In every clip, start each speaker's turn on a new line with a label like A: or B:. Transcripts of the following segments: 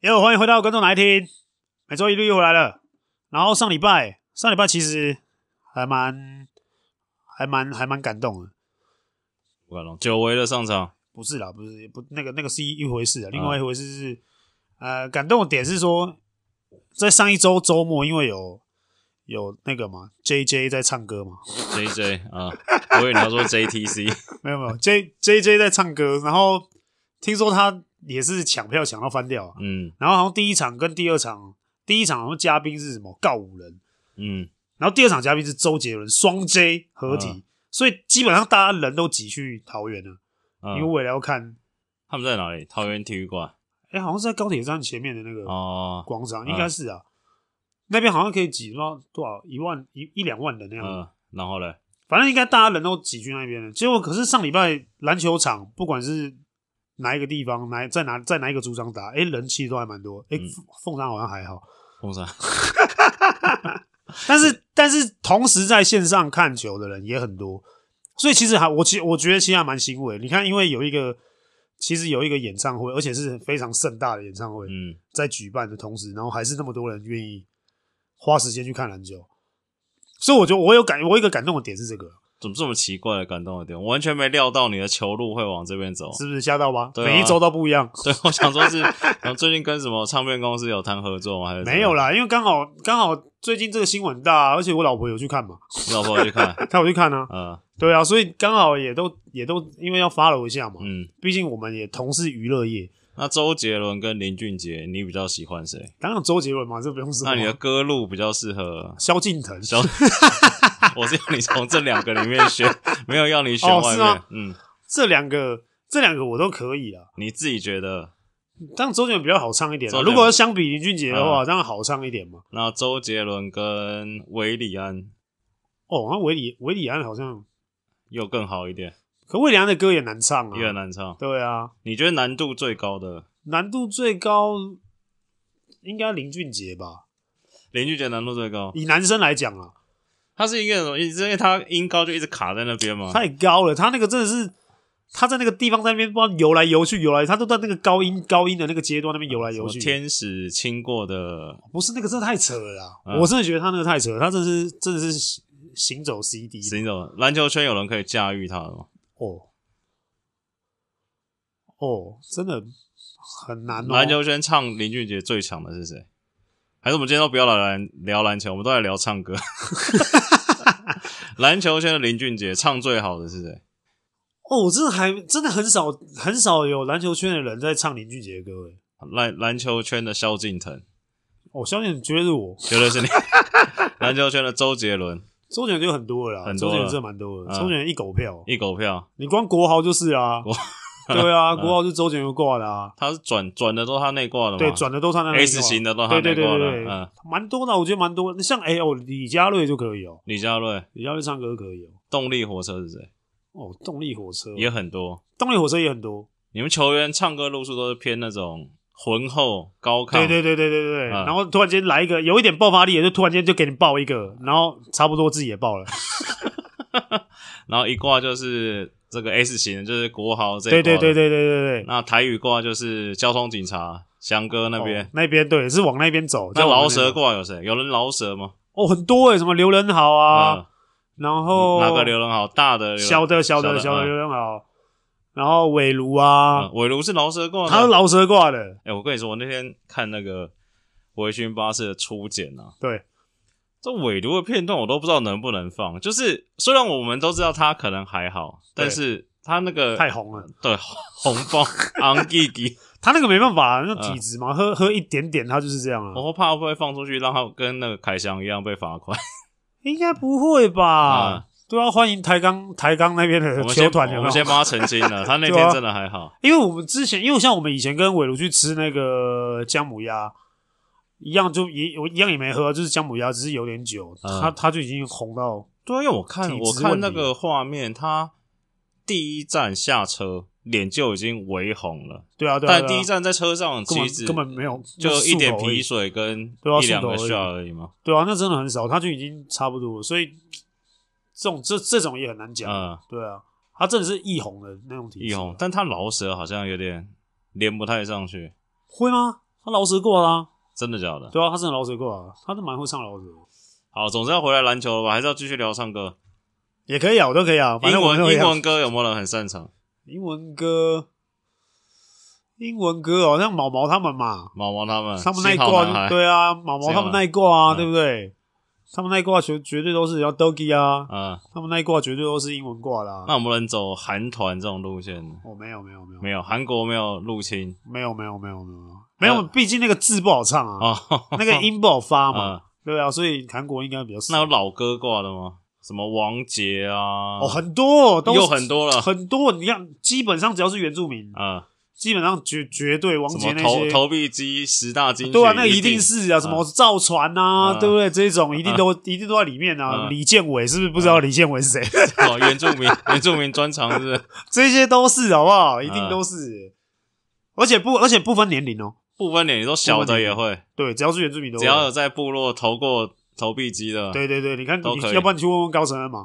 A: 哟，欢迎回到观众来听，每周一律又回来了。然后上礼拜，上礼拜其实还蛮、还蛮、还蛮感动的。
B: 不敢动，久违的上场，
A: 不是啦，不是不那个那个是一一回事啊，另外一回事是，呃，感动的点是说，在上一周周末，因为有有那个嘛，J J 在唱歌嘛，
B: J J 啊，我以为你要说 J T C，
A: 没有没有，J J J 在唱歌，然后听说他也是抢票抢到翻掉、啊，
B: 嗯
A: 然后好像第一场跟第二场，第一场好像嘉宾是什么告五人，
B: 嗯，
A: 然后第二场嘉宾是周杰伦双 J 合体，
B: 嗯
A: 所以基本上大家人都挤去桃园了，
B: 啊
A: 因为为了要看，
B: 他们在哪里？桃园体育馆
A: 哎，好像是在高铁站前面的那个
B: 哦，
A: 广场，
B: 嗯
A: 应该是啊，那边好像可以挤到多少一万一一两万人那样，
B: 嗯，然后嘞，
A: 反正应该大家人都挤去那边了。结果可是上礼拜篮球场，不管是哪一个地方，哪在哪在哪一个主场打，哎，人气都还蛮多，哎
B: 嗯，
A: 凤山好像还好。
B: 风扇，
A: 但是但是同时在线上看球的人也很多，所以其实还我其我觉得其实还蛮欣慰。你看，因为有一个其实有一个演唱会，而且是非常盛大的演唱会，
B: 嗯，
A: 在举办的同时，然后还是那么多人愿意花时间去看篮球，所以我觉得我有感我有一个感动的点是这个，
B: 怎么这么奇怪的感动的点？我完全没料到你的球路会往这边走。
A: 是不是吓到吧？
B: 哦对啊
A: 每一周都不一样，
B: 对，我想说是， 然后最近跟什么唱片公司有谈合作吗？还是
A: 没有
B: 了？
A: 啦，因为刚好刚好最近这个新闻很大啊，而且我老婆有去看嘛，
B: 你老婆有去看，
A: 她有去看啊，
B: 嗯
A: 对啊，所以刚好也都也都因为要 follow 一下嘛，
B: 嗯，
A: 毕竟我们也同是娱乐业，
B: 那周杰伦跟林俊杰，你比较喜欢谁？
A: 当然周杰伦嘛，这不用说嘛。
B: 那你的歌路比较适合
A: 萧敬腾，
B: 小，我是要你从这两个里面选， 没有要你选
A: 哦
B: 外
A: 是
B: 面。
A: 吗
B: 嗯，
A: 这两个这两个我都可以啦。
B: 你自己觉得？
A: 当然周杰伦比较好唱一点啦。
B: 周杰
A: 如
B: 伦嗯
A: 果相比林俊杰的话，当然好唱一点嘛。
B: 那周杰伦跟韦礼安
A: 哦，那韦礼韦礼安好像，
B: 又更好一点，
A: 可韦礼安的歌也难唱
B: 也很
A: 啊。
B: 难唱。
A: 对啊，
B: 你觉得难度最高的
A: 难度最高应该林俊杰吧？
B: 林俊杰难度最高？
A: 以男生来讲啊，
B: 他是一个什么意思？因为他音高就一直卡在那边嘛。
A: 太高了，他那个真的是。他在那个地方在那边不知道游来游去，游来，他都在那个高音高音的那个阶段那边游来
B: 什
A: 游
B: 么
A: 去。
B: 天使亲过的，
A: 不是那个真的太扯了啦！
B: 嗯
A: 我真的觉得他那个太扯了，他真的是真的是行行走 CD
B: 是那种篮球圈有人可以驾驭他的吗？
A: 哦哦，真的很难哦。
B: 篮球圈唱林俊杰最强的是谁？还是我们今天都不要聊篮聊篮球，我们都来聊唱 歌。篮球圈的林俊杰唱最好的是谁？
A: 哦，我真的还真的很少很少有篮球圈的人在唱林俊杰的歌欸诶。
B: 篮篮球圈的萧敬腾，
A: 我相信绝对是我，
B: 绝对是你。 篮球圈的周杰伦
A: 周杰伦就很多了啦，
B: 很
A: 周
B: 多
A: 杰伦
B: 了
A: 真的蛮多的，
B: 嗯
A: 周杰伦一狗票，
B: 一狗票，
A: 你光国豪就是 啊，对
B: 嗯
A: 啊，国豪是周杰伦挂的啊，
B: 他是转转的都他内挂的嘛？
A: 对，转的都唱那
B: S 型
A: 的
B: 的
A: 对
B: 都他
A: 对
B: 内
A: 对
B: 挂的。
A: 对对
B: 嗯，
A: 蛮多的，我觉得蛮多的，像哎哦，李佳瑞就可以哦，
B: 李佳瑞，
A: 李佳瑞唱歌可以哦。
B: 动力火车是谁？
A: 哦，动力火车
B: 也很多。
A: 动力火车也很多，
B: 你们球员唱歌路数都是偏那种浑厚高亢，
A: 对对对对对对对。
B: 嗯
A: 然后突然间来一个有一点爆发力的，就突然间就给你爆一个，然后差不多自己也爆了。
B: 然后一挂就是这个 S 型的，就是国豪这一
A: 对
B: 挂的
A: 对对对对对对。
B: 那台语挂就是交通警察翔哥那边
A: 哦。那边对是往那边走。
B: 那
A: 就往
B: 饶
A: 边
B: 舌
A: 走
B: 挂有谁？有人饶舌吗？
A: 哦很多哎，什么刘仁豪啊，哦
B: 嗯
A: 然后
B: 哪个刘仁豪？大的刘仁
A: 小的小的小
B: 小的
A: 的
B: 嗯
A: 刘仁豪，然后韦卢啊
B: 嗯，韦卢是饶舌挂的，啊
A: 他是饶舌挂的，
B: 哎、我跟你说，我那天看那个《维醺巴士》的初剪啊，
A: 对，
B: 这尾流的片段我都不知道能不能放。就是虽然我们都知道他可能还好，
A: 对
B: 但是他那个
A: 太红了。
B: 对红包昂弟弟，
A: 他那个没办法，啊
B: 嗯
A: 那体质嘛，喝喝一点点，他就是这样啊。
B: 我怕会不会放出去，让他跟那个凯翔一样被罚款。
A: 应该不会吧
B: 嗯？
A: 对啊，欢迎台钢台钢那边的
B: 我们
A: 球
B: 先
A: 团有没有
B: 我们先帮他澄清了， 他那
A: 对啊
B: 天真的还好。
A: 因为我们之前，因为像我们以前跟伟如去吃那个姜母鸭，一样就也我一样也没喝，啊就是姜母鸭，只是有点酒，
B: 嗯
A: 他他就已经红到
B: 对啊，因为我看
A: 体质
B: 我
A: 问
B: 看那
A: 题
B: 个画面，他第一站下车脸就已经微红了，
A: 对啊对啊，
B: 但第一站在车
A: 对啊
B: 上其
A: 根
B: 实
A: 本根本没有，
B: 就一点
A: 啤
B: 皮
A: 酒，
B: 水跟
A: 对啊
B: 一两个
A: 漱口而已
B: shot 而已嘛。
A: 对啊，那真的很少，他就已经差不多了，所以这种这这种也很难讲，
B: 嗯，
A: 对啊，他真的是易红的那种体质，啊
B: 易红，但他饶舌好像有点连不太上去，
A: 会吗？他饶舌过啦、
B: 真的假的？
A: 对啊，他真的饶舌过啊，他都蛮会唱饶舌的，
B: 好，总之要回来篮球了吧，还是要继续聊唱歌。
A: 也可以啊，我都可以啊，反
B: 英
A: 正我
B: 文
A: 都可以
B: 英
A: 啊
B: 文歌有没有人很擅长？
A: 英文歌，英文歌哦，像毛毛他们嘛，
B: 毛毛他们，
A: 他们那一
B: 啊七号哎男
A: 挂
B: 孩
A: 就，对啊，毛毛他们那一挂啊，
B: 嗯
A: 对不对？他们那一挂绝绝对都是要 Doggy 啊，
B: 嗯，
A: 他们那一挂绝对都是英文挂的啊。
B: 那我们能走韩团这种路线呢？
A: 我没有没有没有
B: 没有，韩国没有入侵
A: 没有没有没有没有没有，毕竟那个字不好唱啊，
B: 哦，
A: 那个音不好发嘛
B: 嗯，
A: 对啊，所以韩国应该比较少
B: 那有老歌挂的吗？什么王杰啊？
A: 哦，很多都是
B: 又很多了
A: 很多，你看基本上只要是原住民，
B: 啊，
A: 基本上绝绝对王
B: 什
A: 杰
B: 么
A: 那
B: 投
A: 些
B: 投币机十大金曲？
A: 对啊，那一定是啊，什么造船啊，
B: 嗯
A: 对不对？这种一定都一定都在里面啊。
B: 嗯
A: 李建伟是不是不知
B: 啊
A: 道李建伟是谁？
B: 哦，原住民原住民专场是不是
A: 这些都是好不好？
B: 啊
A: 一定都是，而且不而且不分年龄哦，
B: 不分脸，你说小的也会，
A: 对，只要是原住民都会
B: 只要有啊在部落投过投币机的，，
A: 对对对，你看，
B: 都可以
A: 你要不然你去问问高承恩嘛？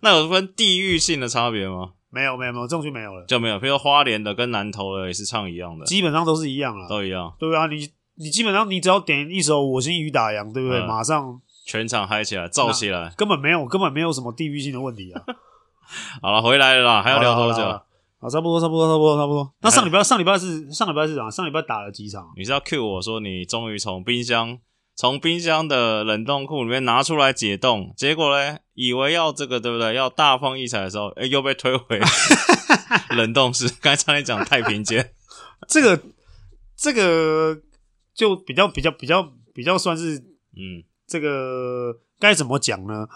B: 那有分地域性的差别吗？
A: 没有没有没有，这种就没有了，
B: 就没有，比如说花莲的跟南投的也是唱一样的，
A: 基本上都是一样了。
B: 都一样，
A: 对啊，你你基本上你只要点一首《我心雨打烊》，对不对？
B: 嗯
A: 马上
B: 全场嗨起来，燥起来。
A: 根本没有根本没有什么地域性的问题啊。
B: 好了，回来了啦，还要聊多
A: 好啦？好啦
B: 久？哎
A: 好啦，差不多，差不多，差不多，差不多。那上礼拜，上礼拜是上礼拜是啥？上礼拜打了几场？啊
B: 你是要 cue 我说你终于从冰箱从冰箱的冷冻库里面拿出来解冻，结果嘞，以为要这个对不对？要大放异彩的时候，哎、又被 推回冷冻室。刚才差点讲太平间，
A: 这个这个就比较比较比较比较算是
B: 嗯，
A: 这个该怎么讲呢？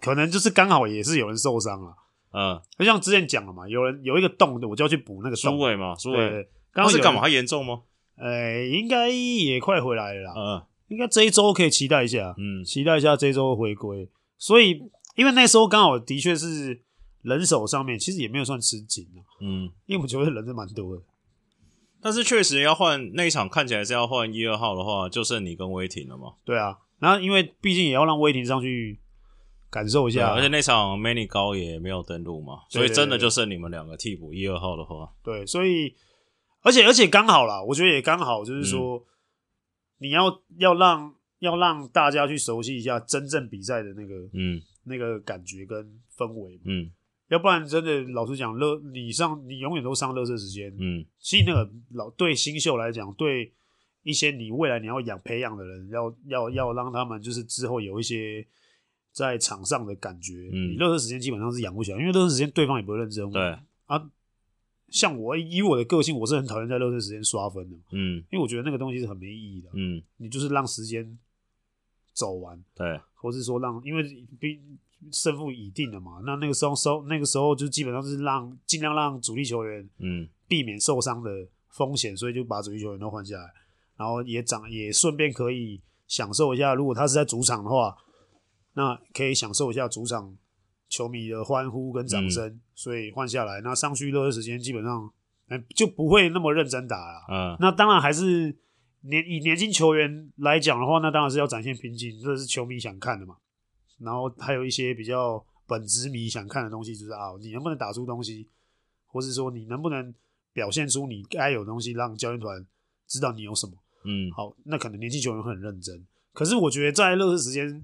A: 可能就是刚好也是有人受伤了，
B: 呃，
A: 就像之前讲了嘛，有人有一个洞的，我就要去补那个
B: 苏
A: 洞。
B: 伟嘛，苏
A: 对
B: 伟，
A: 对，刚
B: 他
A: 刚
B: 是
A: 有
B: 干嘛？？他严重吗？
A: 呃，应该也快回来了啦，
B: 呃，
A: 应该这一周可以期待一下，啊
B: 嗯，
A: 期待一下这一周的回归。所以，因为那时候刚好的确是人手上面，其实也没有算吃紧啊，
B: 嗯，
A: 因为我们球队人是蛮多的。
B: 但是确实要换那一场，看起来是要换一二号的话，就剩你跟威霆了嘛。
A: 对啊，然后因为毕竟也要让威霆上去感受一
B: 对
A: 下，
B: 啊，而且那场 Many 高也没有登录嘛，
A: 对
B: 所以真的
A: 对对
B: 就剩你们两个替补一二号的话，
A: 对，所以而且而且刚好啦，我觉得也刚好，就是说、
B: 嗯
A: 你要要让要让大家去熟悉一下真正比赛的那个、
B: 嗯
A: 那个感觉跟氛围嘛，
B: 嗯
A: 要不然真的老实讲，热你上你永远都上热身时间，
B: 嗯，
A: 其实那个老对新秀来讲，对一些你未来你要养培养的人，要要要让他们就是之后有一些在场上的感觉。
B: 嗯
A: 你热身时间基本上是养不起来，因为热身时间对方也不会认真。
B: 对，
A: 啊，像我以我的个性，我是很讨厌在热身时间刷分的，
B: 嗯
A: 因为我觉得那个东西是很没意义的。
B: 嗯，
A: 你就是让时间走完，
B: 对。
A: 或是说让，因为比胜负已定了嘛，那那个时候收那个时候就基本上是让尽量让主力球员
B: 嗯
A: 避免受伤的风险，所以就把主力球员都换下来，然后也长也顺便可以享受一下，如果他是在主场的话，那可以享受一下主场球迷的欢呼跟掌声，所以换下来，那上去热身时间基本上，哎、就不会那么认真打了。
B: 嗯
A: 那当然还是年以年轻球员来讲的话，那当然是要展现拼劲，这是球迷想看的嘛。然后还有一些比较本职迷想看的东西，就是啊，你能不能打出东西，或是说你能不能表现出你该有的东西，让教练团知道你有什么。
B: 嗯
A: 好，那可能年轻球员会很认真，可是我觉得在热身时间，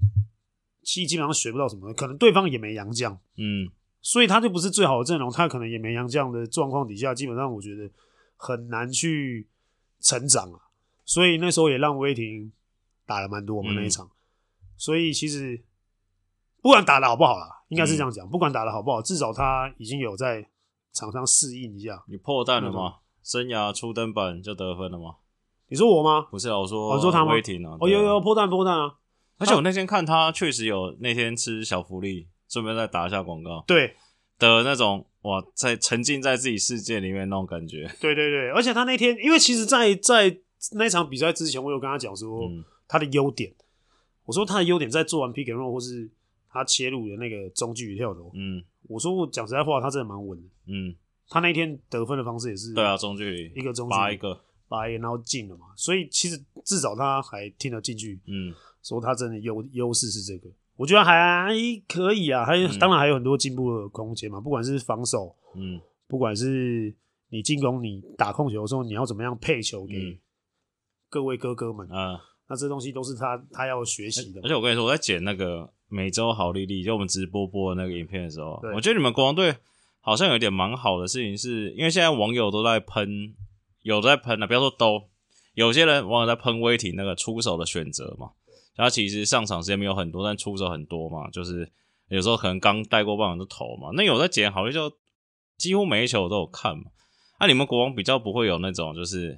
A: 其实基本上学不到什么，可能对方也没洋将，
B: 嗯
A: 所以他就不是最好的阵容，他可能也没杨这样的状况底下，基本上我觉得很难去成长啊。所以那时候也让威霆打了蛮多嘛
B: 嗯
A: 那一场，所以其实不管打的好不好啦，应该是这样讲，不管打的好不好，至少他已经有在场上适应一下。
B: 你破蛋了吗？生涯初登板就得分了吗？
A: 你说我吗？
B: 不是啊，我说
A: 哦你说他吗
B: 威霆啊，
A: 哦，
B: 对啊
A: 有有破蛋破蛋啊！
B: 而且我那天看他确实有那天吃小福利，顺便再打一下广告
A: 对
B: 的那种哇，在沉浸在自己世界里面那种感觉。
A: 对对对，而且他那天，因为其实在，在那场比赛之前，我有跟他讲说，
B: 嗯
A: 他的优点。我说他的优点在做完 pick and roll 或是他切入的那个中距离跳投。
B: 嗯
A: 我说我讲实在话，他真的蛮稳的。
B: 嗯，
A: 他那一天得分的方式也是
B: 对啊，中距
A: 一
B: 离
A: 个中距
B: 拔
A: 离
B: 一个，
A: 八 A，然后进了嘛，所以其实至少他还听得进去，
B: 嗯
A: 说他真的优优势是这个。我觉得还可以啊，还、
B: 嗯
A: 当然还有很多进步的空间嘛，不管是防守，
B: 嗯
A: 不管是你进攻你打控球的时候，你要怎么样配球给
B: 嗯
A: 各位哥哥们？
B: 嗯、
A: 那这东西都是他他要学习的嘛
B: 而。且我跟你说，我在剪那个每周好丽丽，就我们直播播的那个影片的时候
A: 对，
B: 我觉得你们国王队好像有一点蛮好的事情是，因为现在网友都在喷，有在喷了、啊不要说都，有些人网友在喷威霆那个出手的选择嘛，他其实上场时间没有很多，但出手很多嘛，就是有时候可能刚带过半场就投嘛。那有在剪好丽就几乎每一球我都有看嘛。那、你们国王比较不会有那种就是。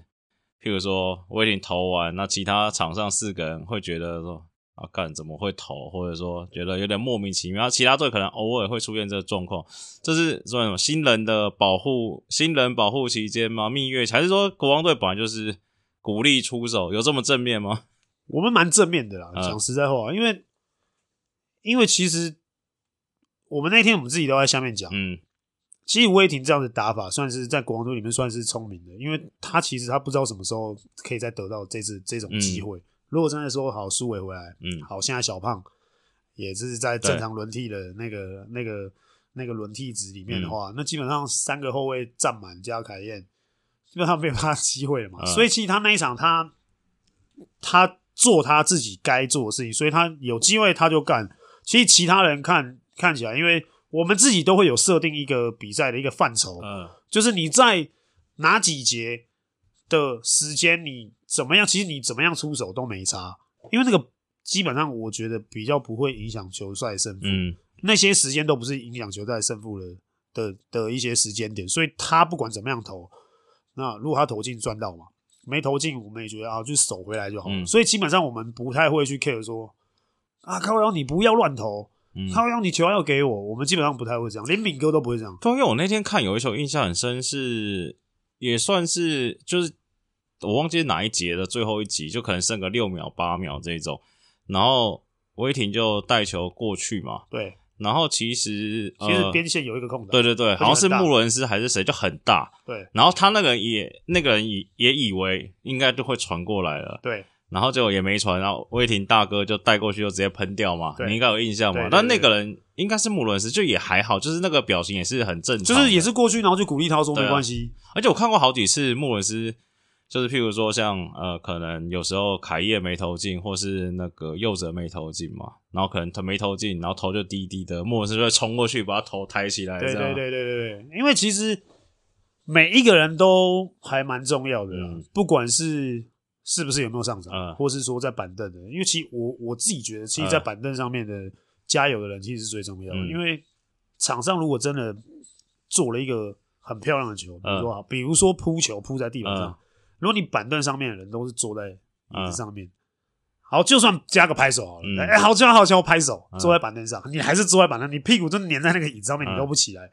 B: 譬如说，威霆投完，那其他场上四个人会觉得说，啊，干怎么会投，或者说觉得有点莫名其妙。其他队可能偶尔会出现这个状况，这是算什么新人的保护，新人保护期间吗？蜜月期还是说国王队本来就是鼓励出手，有这么正面吗？
A: 我们蛮正面的啦，
B: 嗯
A: 讲实在话，因为因为其实我们那天我们自己都在下面讲，
B: 嗯
A: 其实威霆这样的打法算是在国王队里面算是聪明的，因为他其实他不知道什么时候可以再得到这次这种机会。如果真的说好苏伟回来，
B: 嗯
A: 好现在小胖也是在正常轮替的那个那个那个轮替值里面
B: 嗯
A: 的话，那基本上三个后卫占满加凯燕，基本上没有他机会了嘛。
B: 嗯
A: 所以其实他那一场他他做他自己该做的事情，所以他有机会他就干。其实其他人看看起来，因为我们自己都会有设定一个比赛的一个范畴，
B: 嗯
A: 就是你在哪几节的时间，你怎么样，其实你怎么样出手都没差，因为那个基本上我觉得比较不会影响球赛胜负，
B: 嗯
A: 那些时间都不是影响球赛胜负的的的一些时间点，所以他不管怎么样投，那如果他投进赚到嘛，没投进我们也觉得啊，就守回来就好了。
B: 嗯
A: 所以基本上我们不太会去 care 说啊，高瑶你不要乱投，
B: 嗯。
A: 高瑶你球要给我，我们基本上不太会这样，连敏哥都不会这样。
B: 对，因为我那天看有一球印象很深是，也算是就是我忘记是哪一节的最后一集，就可能剩个六秒八秒这种，然后威霆就带球过去嘛，
A: 对，
B: 然后其实
A: 其实
B: 呃
A: 边线有一个空档，
B: 对对对，好像是
A: 很大
B: 穆伦斯还是谁就很大，
A: 对
B: 然后他那个也那个人也也以为应该就会传过来了。
A: 对
B: 然后结果也没传，然后威霆大哥就带过去就直接喷掉嘛，
A: 对
B: 你应该有印象
A: 对对
B: 嘛？
A: 对
B: 但那个人应该是穆伦斯，就也还好，就是那个表情也是很正常
A: 就
B: 的，
A: 是也是过去，然后就鼓励他说
B: 对啊
A: 没关系，
B: 而且我看过好几次穆伦斯，就是譬如说像呃，可能有时候凯业没投进，或是那个右哲没投进嘛，然后可能他没投进，然后头就低低的，穆伦斯就会冲过去把他头抬起来，
A: 对
B: 这
A: 对
B: 样
A: 对对对对，因为其实每一个人都还蛮重要的啦，
B: 嗯
A: 不管是是不是有没有上场，
B: 嗯
A: 或是说在板凳的，因为其实我我自己觉得，其实，
B: 嗯
A: 在板凳上面的加油的人其实是最重要的，
B: 嗯
A: 因为场上如果真的做了一个很漂亮的球，比如
B: 嗯
A: 说、比如说扑球扑在地板上，
B: 嗯
A: 如果你板凳上面的人都是坐在椅
B: 嗯
A: 子上面。好，就算加个拍手好了，
B: 嗯
A: 哎、好球好球，拍手，
B: 嗯
A: 坐在板凳上，你还是坐在板凳，你屁股就粘在那个椅子上面，你
B: 嗯
A: 都不起来。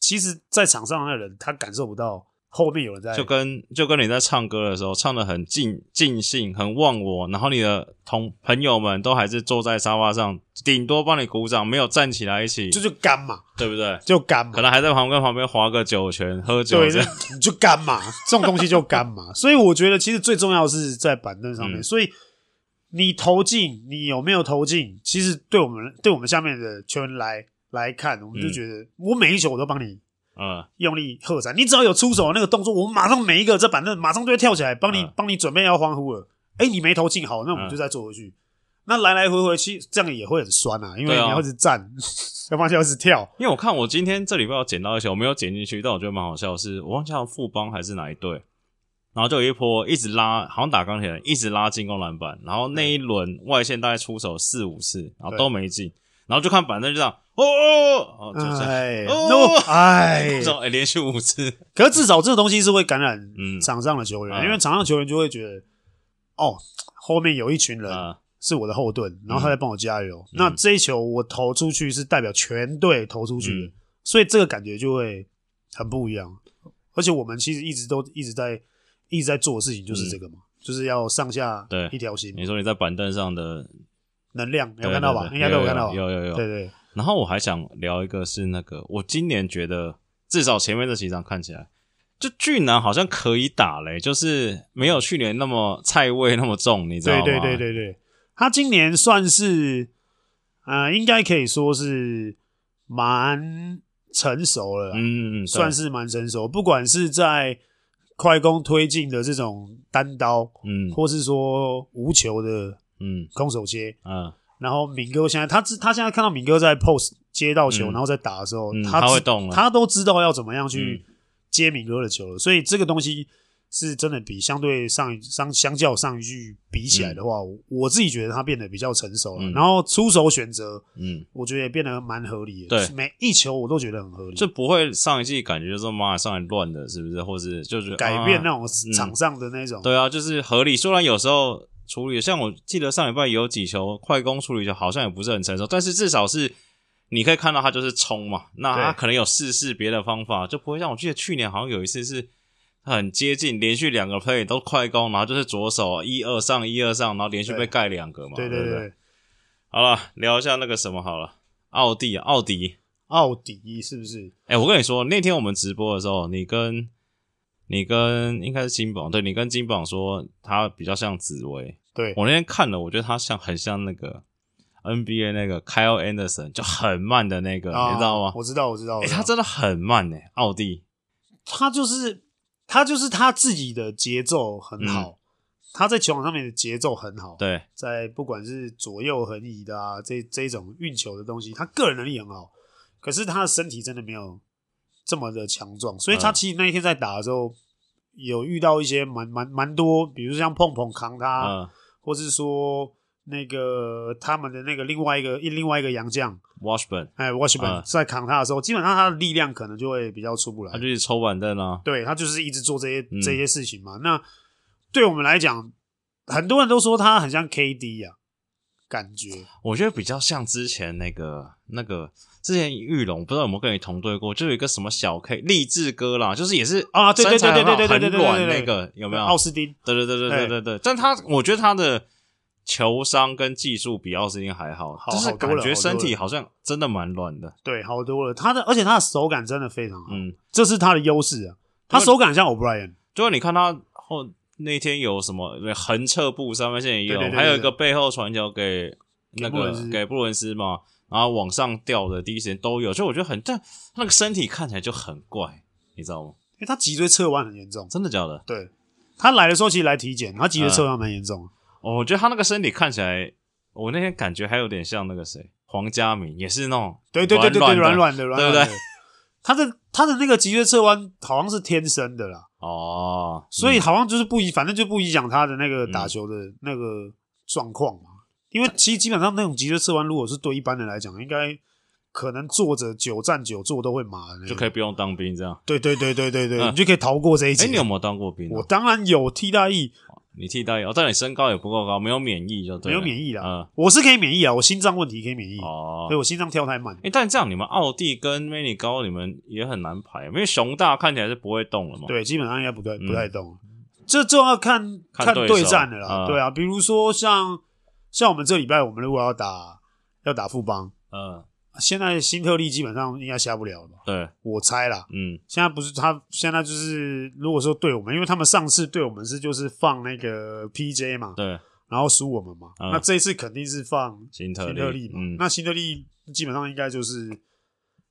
A: 其实，在场上的人他感受不到后面有人在，
B: 就跟就跟你在唱歌的时候唱的很尽尽兴，很忘我，然后你的同朋友们都还是坐在沙发上，顶多帮你鼓掌，没有站起来一起，
A: 就就干嘛，
B: 对不对？
A: 就干嘛
B: 可，能还在旁跟旁边划个酒拳，喝酒
A: 对，
B: 这
A: 就
B: 样。
A: 你就干嘛，这种东西就干嘛。所以我觉得，其实最重要的是在板凳上面。
B: 嗯
A: 所以你投进，你有没有投进，其实对我们对我们下面的球员来来看，我们就
B: 嗯
A: 觉得，我每一球我都帮你
B: 嗯
A: 用力喝彩。你只要有出手那个动作，我们马上每一个这板凳马上就会跳起来，帮你、
B: 嗯
A: 帮你准备要欢呼了。哎、你没投进，好，那我们
B: 嗯
A: 就再做回去。那来来回回，其实这样也会很酸啊，因为
B: 对
A: 你
B: 啊
A: 要一直站， 要不然就要一直跳。
B: 因为我看我今天这礼拜有捡到一些，我没有捡进去，但我觉得蛮好笑的是，我忘记好像富邦还是哪一队，然后就有一波一直拉，好像打钢铁人，一直拉进攻篮板，然后那一轮外线大概出手四五次，然后都没进，然后就看板凳就这样，哦哦哦，哦就这样，
A: 哎，
B: 哦
A: 那哎
B: 这，种 哎连续五次，
A: 可是至少这个东西是会感染
B: 嗯
A: 场上的球员，
B: 嗯
A: 因为场上球员就会觉得，哦，后面有一群人
B: 啊
A: 是我的后盾，然后
B: 嗯
A: 他在帮我加油。那这一球我投出去是代表全队投出去的，
B: 嗯
A: 所以这个感觉就会很不一样。而且我们其实一直都一直在一直在做的事情就是这个嘛，就是要上下
B: 嗯对
A: 一条心，
B: 你说你在板凳上的
A: 能量 有
B: 对
A: 看到吧？
B: 对对
A: 应该都有看到吧？
B: 有有有有
A: 对对，
B: 然后我还想聊一个是那个，我今年觉得至少前面这几场看起来，就巨男好像可以打嘞、就是没有去年那么菜味那么重，你知道
A: 对
B: 吗？
A: 对对对对，他今年算是，呃，应该可以说是蛮成熟了啦，
B: 嗯，嗯
A: 算，是蛮成熟。不管是在快攻推进的这种单刀，
B: 对嗯
A: 或是说无球的
B: 嗯
A: 空手切，
B: 嗯，
A: 然后敏哥现在他知他现在看到敏哥在 post 接到球，
B: 嗯
A: 然后再打的时候，
B: 嗯
A: 他
B: 他
A: 知
B: 会动了嗯
A: 他都知道要怎么样去接敏哥的球了。所以这个东西是真的比相对上一相相较上一句比起来的话，我我自己觉得他变得比较成熟了。
B: 嗯
A: 然后出手选择，
B: 嗯，
A: 我觉得也变得蛮合理的。
B: 对
A: 每一球我都觉得很合理，
B: 就不会上一季感觉就是妈上来乱的，是不是？或是就是
A: 改变那
B: 啊
A: 种场上的那种。
B: 对啊，就是合理。虽然有时候处理，像我记得上礼拜有几球快攻处理球好像也不是很成熟，但是至少是你可以看到他就是冲嘛，那他
A: 对
B: 可能有试试别的方法，就不会像我记得去年好像有一次是很接近，连续两个 play 都快攻，然后就是左手一二上一二上，然后连续
A: 对
B: 被盖两个嘛，
A: 对
B: 对
A: 对
B: 不
A: 对，
B: 好了，聊一下那个什么好了，奥地奥迪。
A: 奥迪是不是？
B: 哎、我跟你说，那天我们直播的时候，你跟你跟应该是金榜，对你跟金榜说他比较像紫薇，
A: 对，
B: 我那天看了，我觉得他像很像那个 NBA 那个 Kyle Anderson，就很慢的那个，
A: 啊
B: 你知道吗？
A: 我知道，我知道，我
B: 哎、
A: 知道
B: 他真的很慢呢、奥地，
A: 他就是他就是他自己的节奏很好，他在球场上面的节奏很好，
B: 嗯对，
A: 在不管是左右横移的啊，这这一种运球的东西，他个人能力很好，可是他的身体真的没有这么的强壮，所以他
B: 嗯
A: 其实那一天在打的时候，有遇到一些蛮蛮蛮多，比如像碰碰扛
B: 嗯、
A: 他，或是说那个他们的那个另外一个一另外一个洋将，
B: w a s h b u r n
A: 哎，Washburn、
B: 嗯
A: 在扛他的时候，基本上他的力量可能就会比较出不来
B: 他，就是抽板凳啊，
A: 对他就是一直做这些、
B: 嗯
A: 这些事情嘛。那对我们来讲，很多人都说他很像 KD 呀、啊，感觉
B: 我觉得比较像之前那个那个之前玉龙，不知道有没有跟你同队过，就有一个什么小 K 励志哥啦，就是也是
A: 啊对对
B: 身材很好
A: 对对对对对对
B: 很软
A: 对对
B: 那个有没有？
A: 奥斯汀
B: 对对对对对对对，但他我觉得他的球商跟技术比奥斯汀还好，
A: 好
B: 就是
A: 好多
B: 感
A: 了
B: 觉
A: 好多
B: 身体
A: 了
B: 好像真的蛮软的。
A: 对好多了，他的而且他的手感真的非常好，
B: 嗯，
A: 这是他的优势啊。他手感像 O'Brien，
B: 就是你看他后那天有什么横侧步三分线也有，
A: 对对对对
B: 还有一个背后传球给那
A: 布
B: 个
A: 伦斯
B: 给布伦斯嘛，然后往上吊的第一时间都有，所以我觉得很，但那个身体看起来就很怪，你知道吗？
A: 因为他脊椎侧弯很严重。
B: 真的假的？
A: 对他来的时候其实来体检，他
B: 啊
A: 脊椎侧弯蛮严重的。
B: 哦我觉得他那个身体看起来，我那天感觉还有点像那个谁，黄家明，也是那种
A: 对对对对对，
B: 软
A: 软
B: 软的
A: 软的，软软
B: 对
A: 的。
B: 不对
A: 他的他的那个脊椎侧弯好像是天生的啦，
B: 哦，
A: 所以
B: 嗯
A: 好像就是不影，反正就不影响他的那个打球的那个状况嘛。因为其实基本上那种脊椎侧弯，如果是对一般人来讲，应该可能坐着九站九坐都会麻的那种，
B: 就可以不用当兵这样。
A: 对对对对对对，
B: 嗯
A: 你就可以逃过这一
B: 哎、
A: 劫。
B: 你有没有当过兵啊、
A: 我当然有替代役，
B: 你替代役哦，但你身高也不够高，没有免疫就对
A: 没
B: 了，
A: 有免疫啦，
B: 嗯，
A: 我是可以免疫啊，我心脏问题可以免疫，
B: 哦
A: 对，我心脏跳太慢
B: 哎、。但这样你们奥地跟 mini 高你们也很难排，因为熊大看起来是不会动了嘛。，
A: 对，基本上应该不太
B: 嗯
A: 不太动。这就要看
B: 看对手
A: 对战的啦，
B: 嗯
A: 对啊，比如说像像我们这礼拜，我们如果要打要打富邦，
B: 嗯、
A: 现在新特利基本上应该下不了了吧？
B: 对，
A: 我猜啦，
B: 嗯，
A: 现在不是他现在就是如果说对我们，因为他们上次对我们是就是放那个 PJ 嘛，
B: 对，
A: 然后输我们嘛，
B: 嗯
A: 那这一次肯定是放
B: 新特
A: 新特利嘛，
B: 嗯，
A: 那新特利基本上应该就是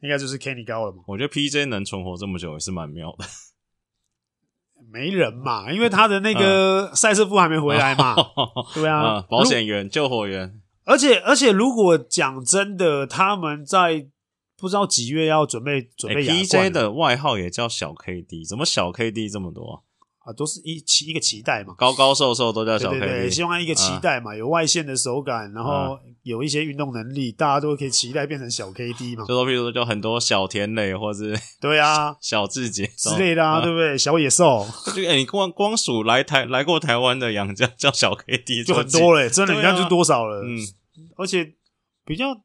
A: 应该就是 Kenny 高了嘛，
B: 我觉得 PJ 能存活这么久也是蛮妙的。
A: 没人嘛，因为他的那个塞瑟夫还没回来 嘛，对啊
B: 嗯，，保险员、救火员，
A: 而且而且，如果讲真的，他们在不知道几月要准备准
B: 哎、
A: 备亚
B: p
A: 冠
B: j 的外号也叫小 KD，怎么小 KD 这么多、啊？
A: 啊，都是一期一个期待嘛。
B: 高高瘦瘦都叫
A: 对
B: 小 KD，
A: 对对，希望一个期待
B: 啊
A: 嘛，有外线的手感，然后有一些运动能力，大家都可以期待变成小 KD 嘛
B: 就。说譬如说，就很多小田磊或是
A: 对啊，
B: 小志杰
A: 之类的啊，对不对？小野兽
B: 这个、欸、你光光数来台来过台湾的养家叫小 KD
A: 就很多
B: 了，
A: 嘞，真的，你
B: 对啊
A: 看就多少了。
B: 嗯，
A: 而且比较，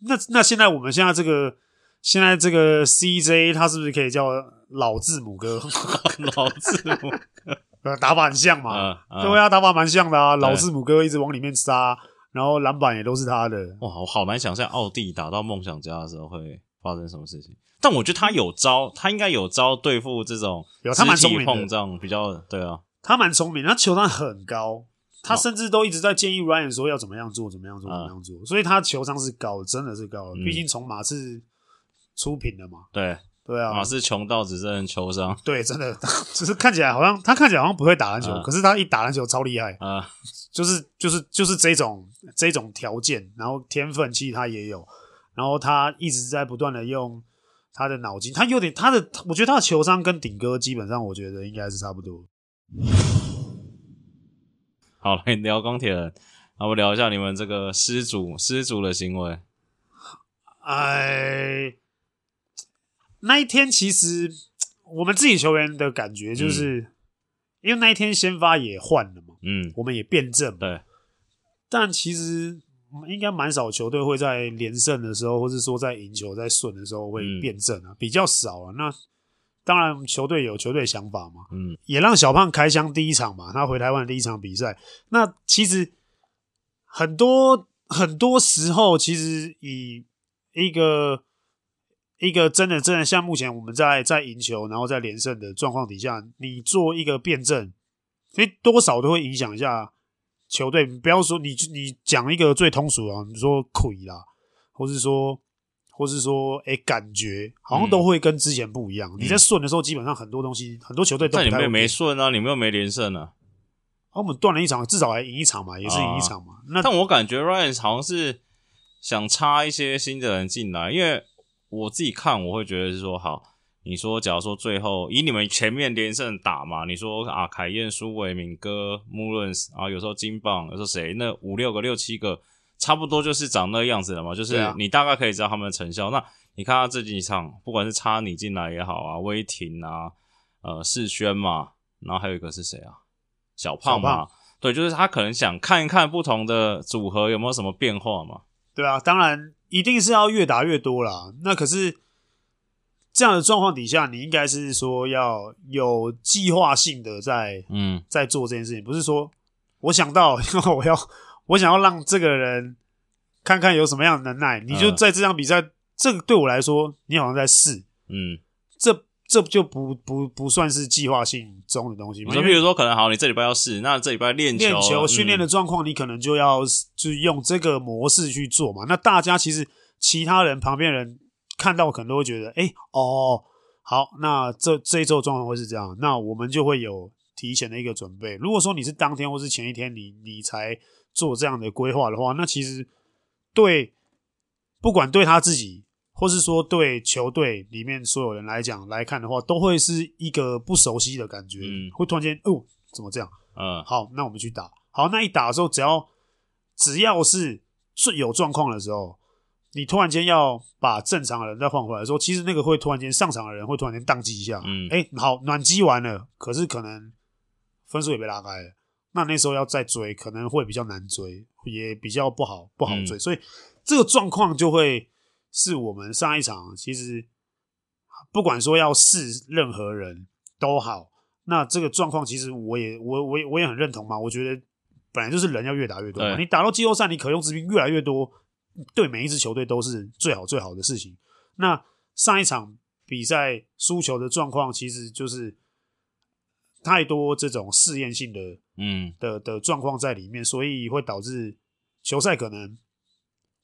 A: 那那现在我们现在这个现在这个 CJ，他是不是可以叫老字母哥？
B: 老字母
A: 呃打法很像嘛。
B: 啊，啊
A: 对， 啊，打法蛮像的啊，老字母哥一直往里面杀，然后篮板也都是他的。
B: 哇，我好难想象奥地打到梦想家的时候会发生什么事情，但我觉得他有招，他应该有招对付这种
A: 嗯有他蛮
B: 肢
A: 聪
B: 体
A: 明的
B: 碰撞比较对啊，
A: 他蛮聪明，他球商很高，他甚至都一直在建议 Ryan 说嗯要怎么样做，怎么样做，
B: 啊
A: 怎么样做。所以他球商是高的，真的是高的。
B: 嗯
A: 毕竟从马刺出品了嘛，
B: 对，
A: 对啊
B: 马，刺穷到只剩球商
A: 对，真的， 只是看起来好像他看起来好像不会打篮球，
B: 嗯
A: 可是他一打篮球超厉害，
B: 啊，
A: 就是就是就是这种这种条件，然后天分其实他也有，然后他一直在不断的用他的脑筋，他有点他的，我觉得他的球商跟顶哥基本上我觉得应该是差不多。
B: 好了，聊钢铁人，那我聊一下你们这个失主失主的行为，
A: 哎，那一天其实我们自己球员的感觉就是，因为那一天先发也换了嘛，
B: 嗯，
A: 我们也辩证嘛，
B: 对，
A: 但其实嗯应该蛮少球队会在连胜的时候，或是说在赢球在顺的时候会
B: 嗯
A: 辩证啊，比较少啊。那当然，球队有球队想法嘛，
B: 嗯，
A: 也让小胖开箱第一场嘛，他回台湾的第一场比赛。那其实很多很多时候，其实以一个一个真的真的像目前我们在在赢球，然后在连胜的状况底下，你做一个辩证，你多少都会影响一下球队。你不要说你你讲一个最通俗啊，你说亏啦，或是说。或是说，哎、感觉好像都
B: 嗯
A: 会跟之前不一样。你在顺的时候，基本上很多东西，很多球队都不太
B: 但嗯你们也
A: 会
B: 没顺啊，你们又没连胜啊，
A: 啊，我们断了一场，至少还赢一场嘛，也是赢一场嘛。那
B: 但我感觉 Ryan 好像是想插一些新的人进来，因为我自己看，我会觉得是说，好，你说假如说最后以你们前面连胜打嘛，你说啊，凯燕、苏伟、敏哥、穆伦斯啊，有时候金棒，有时候谁，那五六个、六七个，差不多就是长那样子了嘛，就
A: 对
B: 是
A: 啊
B: 你大概可以知道他们的成效。那你看他这几场，不管是插你进来也好啊，威霆啊，呃，世轩嘛，然后还有一个是谁啊？小胖嘛，
A: 小胖
B: 对，就是他可能想看一看不同的组合有没有什么变化嘛。
A: 对啊，当然一定是要越打越多啦。那可是这样的状况底下，你应该是说要有计划性的在
B: 嗯，
A: 在做这件事情，不是说我想到， 因为我要我想要让这个人看看有什么样的能耐，你就
B: 嗯
A: 在这场比赛，这个对我来说，你好像在试，
B: 嗯，
A: 这这就不不不算是计划性中的东西
B: 你
A: 嘛。
B: 说，
A: 因
B: 譬
A: 为
B: 如说，可能好，你这礼拜要试，那这礼拜练
A: 练球
B: 球
A: 训练的
B: 嗯
A: 状况，你可能就要就是用这个模式去做嘛。那大家其实其他人旁边人看到可能都会觉得，哎、哦，好，那这这一周状况会是这样，那我们就会有提前的一个准备。如果说你是当天或是前一天你你才做这样的规划的话，那其实对不管对他自己。或是说对球队里面所有人来讲来看的话，都会是一个不熟悉的感觉，
B: 嗯
A: 会突然间哦，怎么这样？
B: 嗯
A: 好，那我们去打。好，那一打的时候，只要只要是最有状况的时候，你突然间要把正常的人再换回来的时候，其实那个会突然间上场的人会突然间宕机一下。
B: 嗯
A: 哎、好，暖机完了，可是可能分数也被拉开了。那那时候要再追，可能会比较难追，也比较不好不好
B: 嗯
A: 追，所以这个状况就会是我们上一场其实不管说要试任何人都好，那这个状况其实我也我我也我也很认同嘛，我觉得本来就是人要越打越多嘛，
B: 对
A: 你打到季后赛，你可用之兵越来越多，对每一支球队都是最好最好的事情。那上一场比赛输球的状况，其实就是太多这种试验性的
B: 嗯
A: 的的状况在里面，所以会导致球赛可能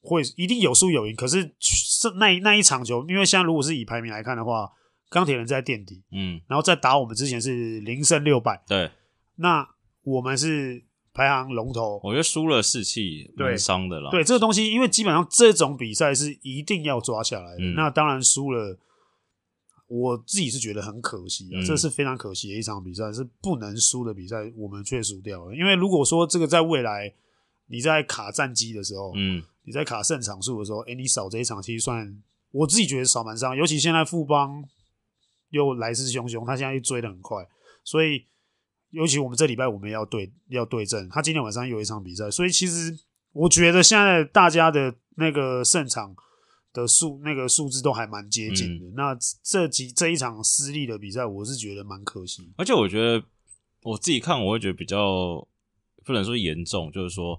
A: 会一定有输有赢。可是是那一那一场球，因为现在如果是以排名来看的话，钢铁人在垫底，
B: 嗯，
A: 然后在打我们之前是零胜六败，
B: 对，
A: 那我们是排行龙头。
B: 我觉得输了士气
A: 对
B: 蛮伤的啦。
A: 对这个东西，因为基本上这种比赛是一定要抓下来的。
B: 嗯
A: 那当然输了，我自己是觉得很可惜啊，
B: 嗯
A: 这是非常可惜的一场比赛，是不能输的比赛，我们却输掉了。因为如果说这个在未来你在卡战机的时候，
B: 嗯，
A: 你在卡胜场数的时候，哎，你少这一场其实算我自己觉得少蛮伤，尤其现在富邦又来势汹汹，他现在又追得很快，所以尤其我们这礼拜我们要对要对阵，他今天晚上又有一场比赛，所以其实我觉得现在大家的那个胜场的数那个数字都还蛮接近的。那这几这一场失利的比赛，我是觉得蛮可惜。
B: 而且我觉得我自己看，我会觉得比较不能说严重，就是说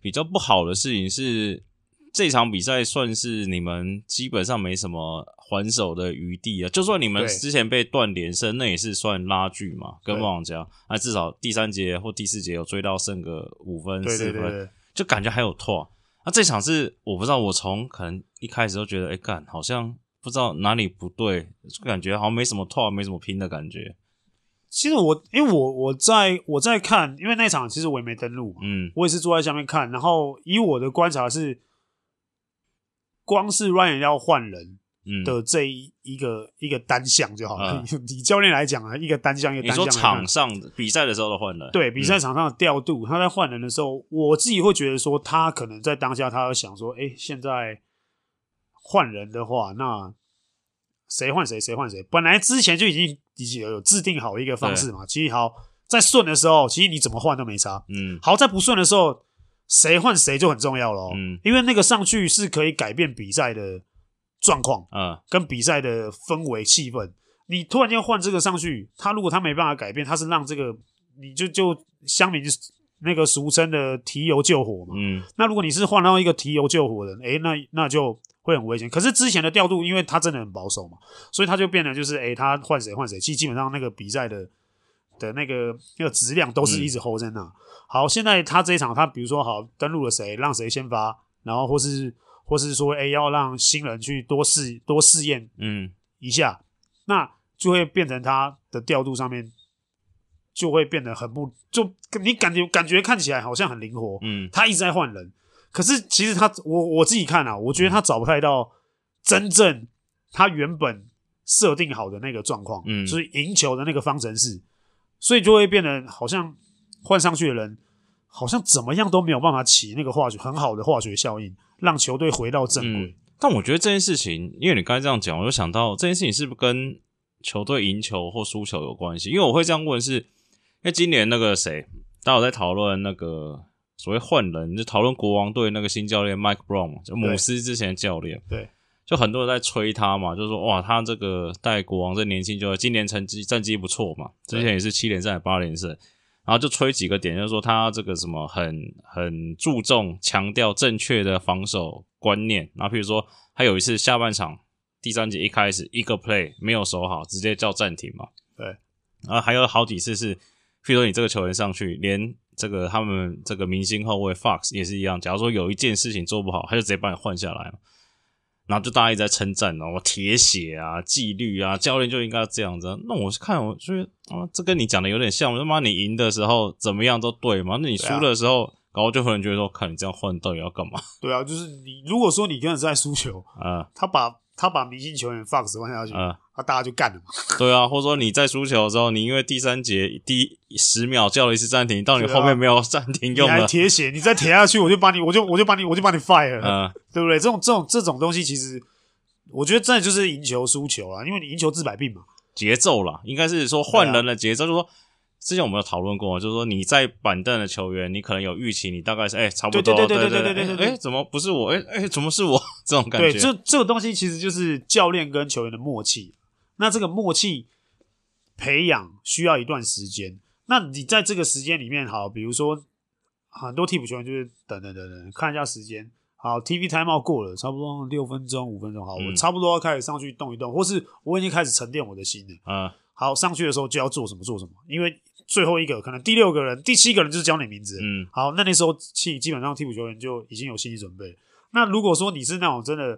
B: 比较不好的事情是，这场比赛算是你们基本上没什么还手的余地啊。就算你们
A: 对
B: 之前被断连胜，那也是算拉锯嘛，跟
A: 对
B: 旺家，那至少第三节或第四节有追到剩个五分
A: 对对
B: 四分，
A: 对对，
B: 就啊感觉还有拓。那、这场是我不知道，我从可能一开始都觉得，哎、干，好像不知道哪里不对，就感觉好像没什么拓，没什么拼的感觉。
A: 其实我因为我我在我在看，因为那场其实我也没登录嘛，
B: 嗯
A: 我也是坐在下面看。然后以我的观察是，光是 Ryan 要换人
B: 嗯，
A: 的这一一个一个单项就好了。
B: 嗯
A: 以教练来讲啊，一个单项一个
B: 你
A: 单项
B: 说
A: 来看。
B: 场嗯上比赛的时候都换了，
A: 对比赛场上的调度，他在换人的时候，我自己会觉得说，他可能在当下，他会想说，哎、现在换人的话，那谁换谁，谁换谁。本来之前就已经已经有制定好一个方式嘛。其实好，在顺的时候，其实你怎么换都没差。
B: 嗯
A: 好，在不顺的时候，谁换谁就很重要了、
B: 嗯
A: 因为那个上去是可以改变比赛的状况。
B: 啊
A: 跟比赛的氛围气氛。你突然间换这个上去，他如果他没办法改变，他是让这个你就就乡民那个俗称的提油救火嘛。
B: 嗯
A: 那如果你是换到一个提油救火的人，诶、那那就会很危险。可是之前的调度，因为他真的很保守嘛，所以他就变得就是，诶、他换谁换谁，其实基本上那个比赛的的那个那个质量都是一直 hold 在那。好，现在他这一场，他比如说好登录了谁，让谁先发，然后或是或是说，诶、要让新人去多试多试验
B: 嗯
A: 一下，那就会变成他的调度上面就会变得很不，就你感觉感觉看起来好像很灵活，
B: 嗯
A: 他一直在换人，可是其实他我我自己看啊，我觉得他找不太到真正他原本设定好的那个状况，
B: 嗯
A: 就是赢球的那个方程式，所以就会变得好像换上去的人好像怎么样都没有办法起那个化学很好的化学效应，让球队回到正轨。
B: 嗯。但我觉得这件事情，因为你刚才这样讲，我就想到这件事情是不是跟球队赢球或输球有关系？因为我会这样问是，因为今年那个谁，大家有在讨论那个所谓换人，就讨论国王队那个新教练 Mike Brown，嘛就姆斯之前的教练。
A: 对，
B: 就很多人在吹他嘛，就说哇，他这个带国王这年轻就今年成绩战绩不错嘛，之前也是七连胜、八连胜，然后就吹几个点，就是说他这个什么很很注重强调正确的防守观念，然后譬如说他有一次下半场第三节一开始一个 play 没有守好，直接叫暂停嘛，
A: 对，
B: 然后还有好几次是，譬如说你这个球员上去，连这个他们这个明星后卫 Fox 也是一样，假如说有一件事情做不好，他就直接把你换下来嘛。然后就大家一直在称赞哦，铁血啊，纪律啊，教练就应该这样子啊、那我是看，我觉得啊，这跟你讲的有点像。我说妈，你赢的时候怎么样都对嘛，那你输
A: 对啊
B: 的时候，搞不好就有人觉得说，看你这样换到底要干嘛
A: 对啊，就是你如果说你真的是在输球，
B: 啊
A: 他把他把明星球员 Fox 换下去，
B: 啊、
A: 啊，大家就干了嘛。
B: 对啊，或者说你在输球的时候，你因为第三节第十秒叫了一次暂停，到你
A: 对啊
B: 后面没有暂停
A: 你
B: 用
A: 还
B: 了，
A: 铁血，你再铁下去，我就把你，我就我就把你，我就把你 fire，、了，
B: 嗯、
A: 对不对？这种这种这种东西，其实我觉得真的就是赢球输球啊啦，因为你赢球治百病嘛。
B: 节奏啦，应该是说
A: 啊
B: 换人的节奏，就是说之前我们有讨论过，就是说你在板凳的球员，你可能有预期，你大概是哎、差不多，
A: 对对对
B: 对
A: 对对对对对
B: 哎、怎么不是我？哎、哎、怎么是我？ 这种感
A: 对，
B: 觉，
A: 这这个东西其实就是教练跟球员的默契。啊那这个默契培养需要一段时间。那你在这个时间里面，好，比如说很多替补球员就是等等等等，看一下时间。好，TV timeout 过了，差不多六分钟、五分钟，好，我
B: 嗯
A: 差不多要开始上去动一动，或是我已经开始沉淀我的心了。
B: 啊、
A: 好，上去的时候就要做什么做什么，因为最后一个可能第六个人、第七个人就是教你名字。
B: 嗯
A: 好，那那时候基基本上替补球员就已经有心理准备了。那如果说你是那种真的，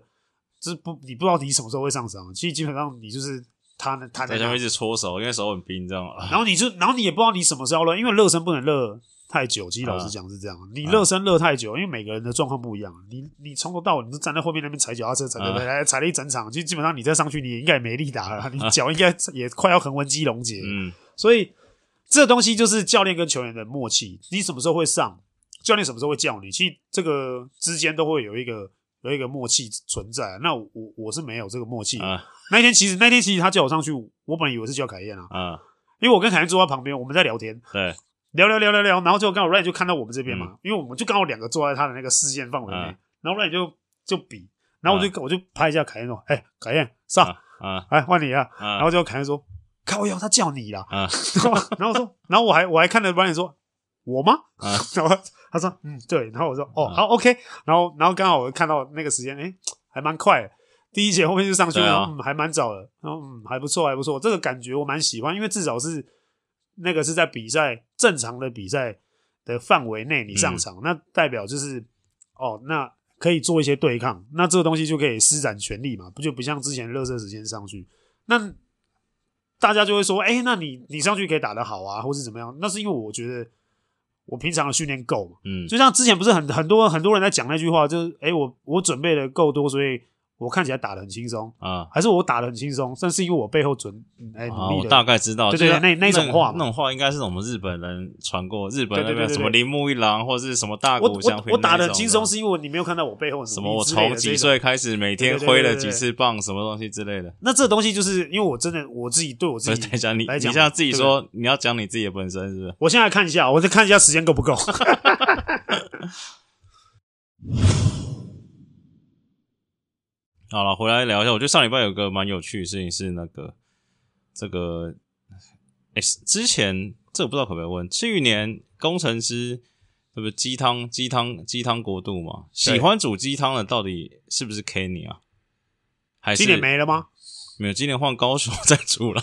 A: 就是不你不知道你什么时候会上场，啊其实基本上你就是他那他
B: 在
A: 那，
B: 下面一直搓手，因为手很冰，这样啊
A: 然后你就然后你也不知道你什么时候要热，因为热身不能热太久。其实
B: 嗯
A: 老实讲是这样，你热身热太久，因为每个人的状况不一样，你你从头到尾你就站在后面那边踩脚踏车，踩踩
B: 啊
A: 踩踩踩了一整场，其实基本上你再上去你也应该也没力打了，你脚应该也快要横纹肌溶解了。
B: 嗯
A: 所以这东西就是教练跟球员的默契，你什么时候会上，教练什么时候会叫你，其实这个之间都会有一个有一个默契存在。啊那我我我是没有这个默契。
B: 啊
A: 那一天其实那天其实他叫我上去，我本来以为是叫凯燕啊，
B: 啊，
A: 因为我跟凯燕坐在旁边，我们在聊天，
B: 对，
A: 聊聊聊聊聊，然后就刚好 Ryan 就看到我们这边嘛，因为我们就刚好两个坐在他的那个视线范围内，
B: 嗯啊
A: 然后 Ryan 就就比，然后我就、我就拍一下凯燕说：“哎、凯燕上，
B: 啊
A: 哎、换你啊。”
B: 啊，
A: 然后就凯燕说：“靠腰，他叫你啦。”
B: 啊
A: 然后 然后说，然后我还我还看着 Brian 说，我吗？
B: 啊
A: 然后他说，嗯，对。然后我说，哦，
B: 啊
A: 好，OK。然后然后刚好我看到那个时间，哎，还蛮快的。第一节后面就上去
B: 对
A: 了，
B: 啊
A: 嗯，还蛮早的。然后嗯，还不错，还不错。这个感觉我蛮喜欢，因为至少是那个是在比赛
B: 嗯
A: 正常的比赛的范围内你上场，那代表就是哦，那可以做一些对抗，那这个东西就可以施展全力嘛，不就不像之前热身时间上去，那大家就会说，哎、那你你上去可以打得好啊，或是怎么样？那是因为我觉得我平常的训练够嘛，
B: 嗯，
A: 就像之前不是很很多很多人在讲那句话，就是哎、诶我我准备的够多，所以我看起来打的很轻松，
B: 啊，
A: 还是我打的很轻松，但是因为我背后准哎、
B: 啊
A: 努
B: 我
A: 力
B: 大
A: 的，
B: 概知道，
A: 对对
B: 就是
A: 对那那种话嘛
B: 那种话应该是我们日本人传过，日本
A: 对
B: 那
A: 对对
B: 边
A: 对
B: 什么
A: 对
B: 铃木一郎或是什么大
A: 我
B: 谷翔
A: 我
B: 平
A: 我打
B: 那
A: 的
B: 种
A: 轻松，是因为你没有看到我背后
B: 什
A: 什
B: 么
A: 么
B: 我
A: 之类
B: 从
A: 的
B: 几
A: 这种
B: 岁开始每天
A: 对对对
B: 挥
A: 对
B: 了
A: 对
B: 几次棒，什么东西之类的。
A: 那这东西就是因为我真的我自己对我
B: 所
A: 自
B: 以
A: 己
B: 等一下，你
A: 来
B: 你
A: 讲
B: 现
A: 嘛
B: 在自己，
A: 对不对
B: 说你要讲你自己的本身是不是？
A: 我现在看一下，我再看一下时间够不够。
B: 好了，回来聊一下。我觉得上礼拜有个蛮有趣的事情是那个这个，哎、之前这个不知道可不可以问。去年工程师对不是鸡汤鸡汤鸡汤国度嘛？喜欢煮鸡汤的到底是不是 Kenny 啊？还是
A: 今年没了吗？
B: 没有，今年换高手 再出了。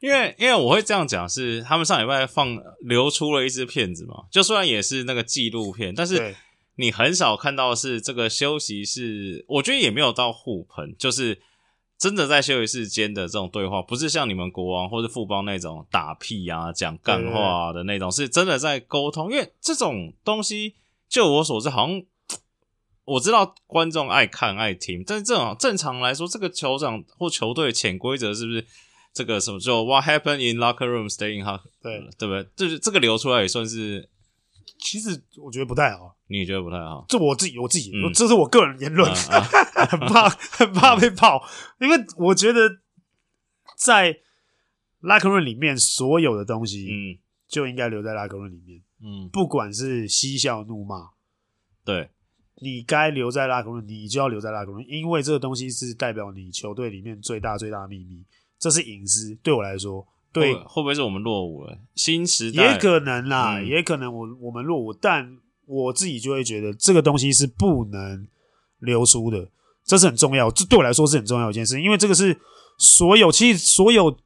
B: 因为因为我会这样讲是，他们上礼拜放流出了一支片子嘛，就虽然也是那个纪录片，但是
A: 对
B: 你很少看到是这个休息室，我觉得也没有到互喷，就是真的在休息室间的这种对话，不是像你们国王或是富邦那种打屁啊、讲干话啊的那种，是真的在沟通。因为这种东西，就我所知，好像我知道观众爱看爱听，但是这种正常来说，这个酋长或球队潜规则是不是这个什么就 What happened in locker room stay in h o c k
A: 对，
B: 对不对？就是这个流出来也算是
A: 其实我觉得不太好，
B: 你觉得不太好。
A: 这我自己我自己，
B: 嗯
A: 这是我个人言论，
B: 啊啊
A: 很怕很怕被泡，因为我觉得在拉克润里面所有的东西
B: 嗯
A: 就应该留在拉克润里面，
B: 嗯，
A: 不管是嬉笑怒骂。
B: 对，
A: 你该留在拉克润，你就要留在拉克润，因为这个东西是代表你球队里面最大最大的秘密，这是隐私。对我来说，对，
B: 会会不会是我们落伍了？新时代
A: 也可能啦，
B: 嗯
A: 也可能我我们落伍，但我自己就会觉得这个东西是不能流出的，这是很重要，这对我来说是很重要的一件事，因为这个是所有其实所有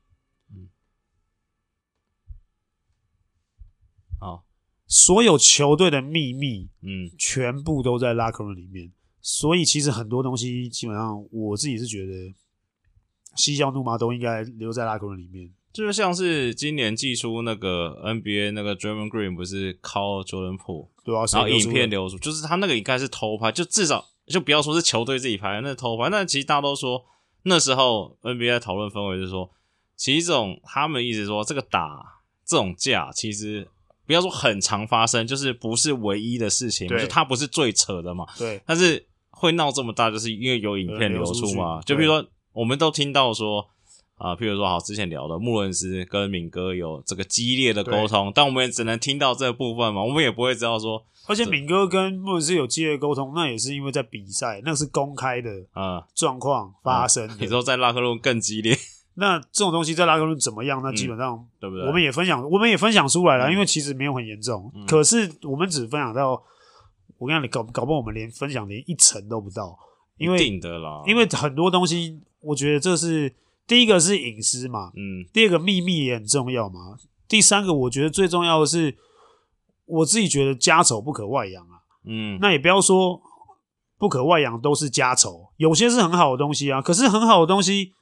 B: 好，
A: 所有球队的秘密，
B: 嗯
A: 全部都在拉克润里面，所以其实很多东西基本上我自己是觉得嬉笑怒骂都应该留在拉克润里面。
B: 这就像是今年季初那个 NBA 那个 Draymond Green 不是 call Jordan Poole，
A: 对啊，
B: 然
A: 谁
B: 后
A: 流
B: 影
A: 出
B: 片
A: 的
B: 流出，就是他那个应该是偷拍，就至少就不要说是球队自己拍，那是偷拍。那其实大家都说那时候 NBA 讨论氛围就是说，其实这种他们一直说这个打这种架，其实不要说很常发生，就是不是唯一的事情，就
A: 对
B: 它不是最扯的嘛。
A: 对
B: 但是会闹这么大，就是因为有影片流出嘛。就
A: 有人流出去
B: 比如说，我们都听到说啊，譬如说，好，之前聊的穆伦斯跟敏哥有这个激烈的沟通，但我们也只能听到这部分嘛，我们也不会知道说，
A: 而且敏哥跟穆伦斯有激烈沟通，那也是因为在比赛，那是公开的
B: 啊，
A: 状况发生的。
B: 你说在拉克路更激烈，
A: 那这种东西在拉克润怎么样？那基本上
B: 对嗯不对？啊
A: 我们也分享，我们也分享出来了，
B: 嗯
A: 因为其实没有很严重
B: 嗯，
A: 可是我们只分享到，我跟你讲，搞搞不好我们连分享连一层都不到，因为
B: 一定的啦，
A: 因为很多东西，我觉得这是第一个是隐私嘛，
B: 嗯
A: 第二个秘密也很重要嘛，第三个我觉得最重要的是，我自己觉得家丑不可外扬啊。
B: 嗯，
A: 那也不要说不可外扬都是家丑，有些是很好的东西啊，可是很好的东西，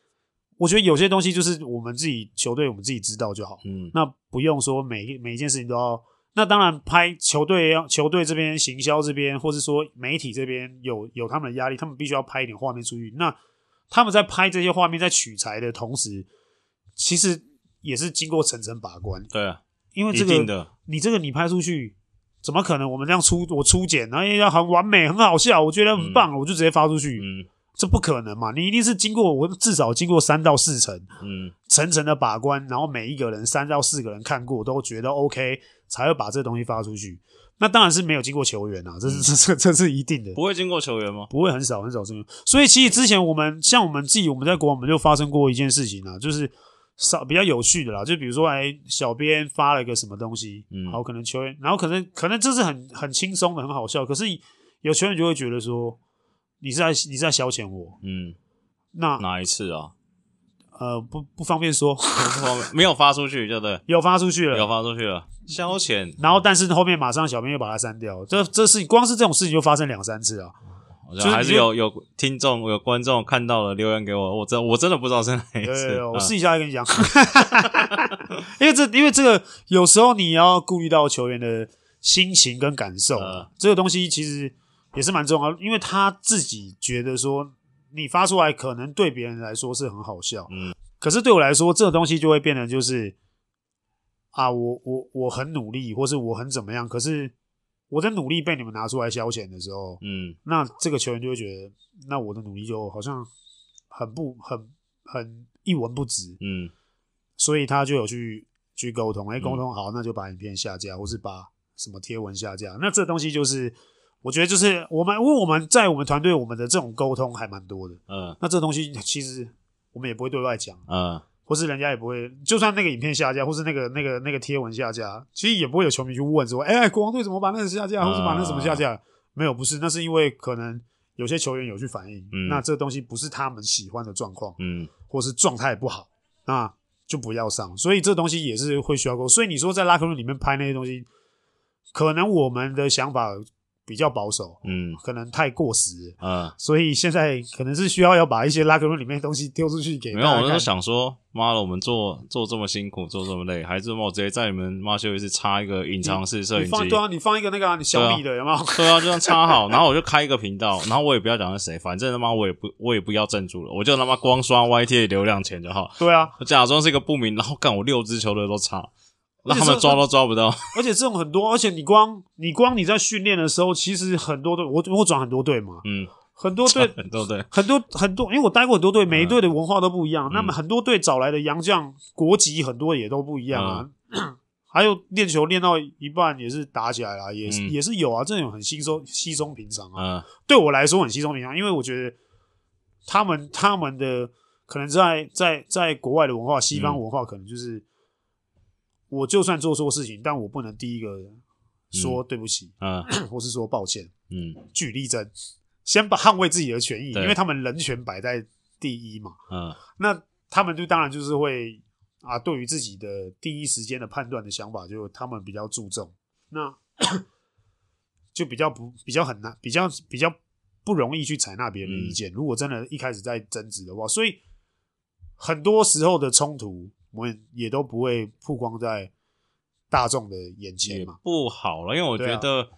A: 我觉得有些东西就是我们自己球队我们自己知道就好，
B: 嗯
A: 那不用说每一每一件事情都要。那当然，拍球队要球队这边、行销这边，或是说媒体这边有有他们的压力，他们必须要拍一点画面出去。那他们在拍这些画面、在取材的同时，其实也是经过层层把关，
B: 对啊，
A: 因为
B: 一
A: 这个
B: 定的，
A: 你这个你拍出去，怎么可能？我们这样出我出剪，然后要很完美、很好笑，我觉得很棒，我就直接发出去，
B: 嗯
A: 这不可能嘛！你一定是经过我至少经过三到四层
B: 嗯
A: 层层的把关，然后每一个人三到四个人看过都觉得 OK，才会把这东西发出去。那当然是没有经过球员啊，这是、 这这这是一定的，
B: 嗯不会经过球员吗？
A: 不会很少很少这种。所以其实之前我们像我们自己，我们在国外我们就发生过一件事情啊，就是少比较有趣的啦，就比如说哎，小编发了一个什么东西，
B: 嗯
A: 好，可能球员，然后可能可能这是很很轻松的，很好笑，可是有球员就会觉得说你是在你是在消遣我，
B: 嗯，
A: 那
B: 哪一次啊？
A: 呃，不不方便说，
B: 没有发出去，对不对？
A: 有发出去了，
B: 有发出去了，消遣。
A: 然后但是后面马上小编又把它删掉，这这是光是这种事情就发生两三次啊。
B: 我
A: 就是
B: 觉得
A: 你
B: 还是
A: 就
B: 有有听众有观众看到了留言给我，我真我真的不知道是哪一
A: 有有
B: 次。
A: 有，我
B: 啊
A: 私底下再跟你讲， 因为这因为这个有时候你要顾虑到球员的心情跟感受，啊
B: 嗯
A: 这个东西其实也是蛮重要，因为他自己觉得说你发出来可能对别人来说是很好笑，
B: 嗯，
A: 可是对我来说，这个东西就会变得就是啊，我我我很努力，或是我很怎么样，可是我的努力被你们拿出来消遣的时候，
B: 嗯，
A: 那这个球员就会觉得，那我的努力就好像很不很很一文不值，
B: 嗯，
A: 所以他就有去去沟通，哎、沟通好，那就把影片下架，或是把什么贴文下架。那这东西就是，我觉得就是我们，因为我们在我们团队，我们的这种沟通还蛮多的。
B: 嗯，
A: 那这东西其实我们也不会对外讲，
B: 嗯，
A: 或是人家也不会，就算那个影片下架，或是那个那个那个贴文下架，其实也不会有球迷去问说，哎、国王队怎么把那个下架，
B: 啊
A: 或是把那什么下架？没有，不是，那是因为可能有些球员有去反映，
B: 嗯
A: 那这东西不是他们喜欢的状况，
B: 嗯，
A: 或是状态不好，那就不要上。所以这东西也是会需要沟。所以你说在拉克路里面拍那些东西，可能我们的想法比较保守，
B: 嗯，
A: 可能太过时了。
B: 嗯，
A: 所以现在可能是需要要把一些拉克路里面的东西丢出去给
B: 没
A: 大
B: 有，
A: 家
B: 我
A: 看。
B: 那时候想说，妈的，我们做做这么辛苦，做这么累，还是我直接在你们妈休息室插一个隐藏式摄
A: 你
B: 影机。
A: 放对啊，你放一个那个、啊、你小米的、有没 有？
B: 对啊，就这样插好，然后我就开一个频道，然后我也不要讲是谁，反正他妈我也不我也不要赞助了，我就他妈光刷 YT 流量钱就好，
A: 对啊，
B: 我假装是一个不明，然后干我六支球队都插，
A: 而
B: 让
A: 且
B: 他们
A: 这
B: 抓都抓不到。
A: 而且这种很多，而且你光你光你在训练的时候，其实很多队，我我转很多队嘛，
B: 嗯，
A: 很多队
B: 对不对？
A: 很多很多，因为我待过很多
B: 嗯
A: 队，每一队的文化都不一样。那么很多队找来的洋将国籍很多也都不一样啊。
B: 嗯
A: 还有练球练到一半也是打起来了，也是、
B: 嗯
A: 也是有啊，这种很稀松稀松平常啊。
B: 嗯
A: 对我来说很稀松平常，因为我觉得他们他们的可能在在在国外的文化，西
B: 嗯
A: 方文化可能就是、我就算做错事情，但我不能第一个说对不起，
B: 嗯
A: 或是说抱歉，
B: 嗯
A: 据理力争，先把捍卫自己的权益，
B: 对
A: 因为他们人权摆在第一嘛。
B: 嗯
A: 那他们就当然就是会啊，对于自己的第一时间的判断的想法，就他们比较注重，那 就比较不比较很难，比较比较不容易去采纳别人的意见。如果真的一开始在争执的话，所以很多时候的冲突，我们也都不会曝光在大众的眼前
B: 也
A: 嘛。
B: 不好了，因为我
A: 对
B: 觉
A: 啊
B: 得，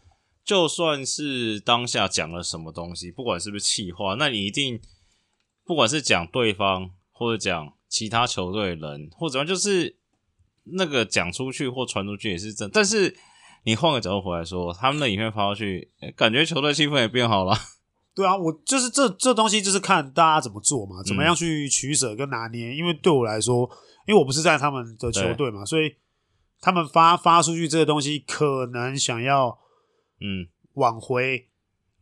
B: 就算是当下讲了什么东西，不管是不是气话，那你一定，不管是讲对方，或者讲其他球队的人，或者怎么样就是那个讲出去或传出去也是真，但是你换个角度回来说，他们的影片发出去，呃感觉球队气氛也变好了。
A: 对啊，我就是这这东西就是看大家怎么做嘛，
B: 嗯
A: 怎么样去取舍跟拿捏。因为对我来说，因为我不是在他们的球队嘛，所以他们发发出去这个东西，可能想要
B: 嗯
A: 挽回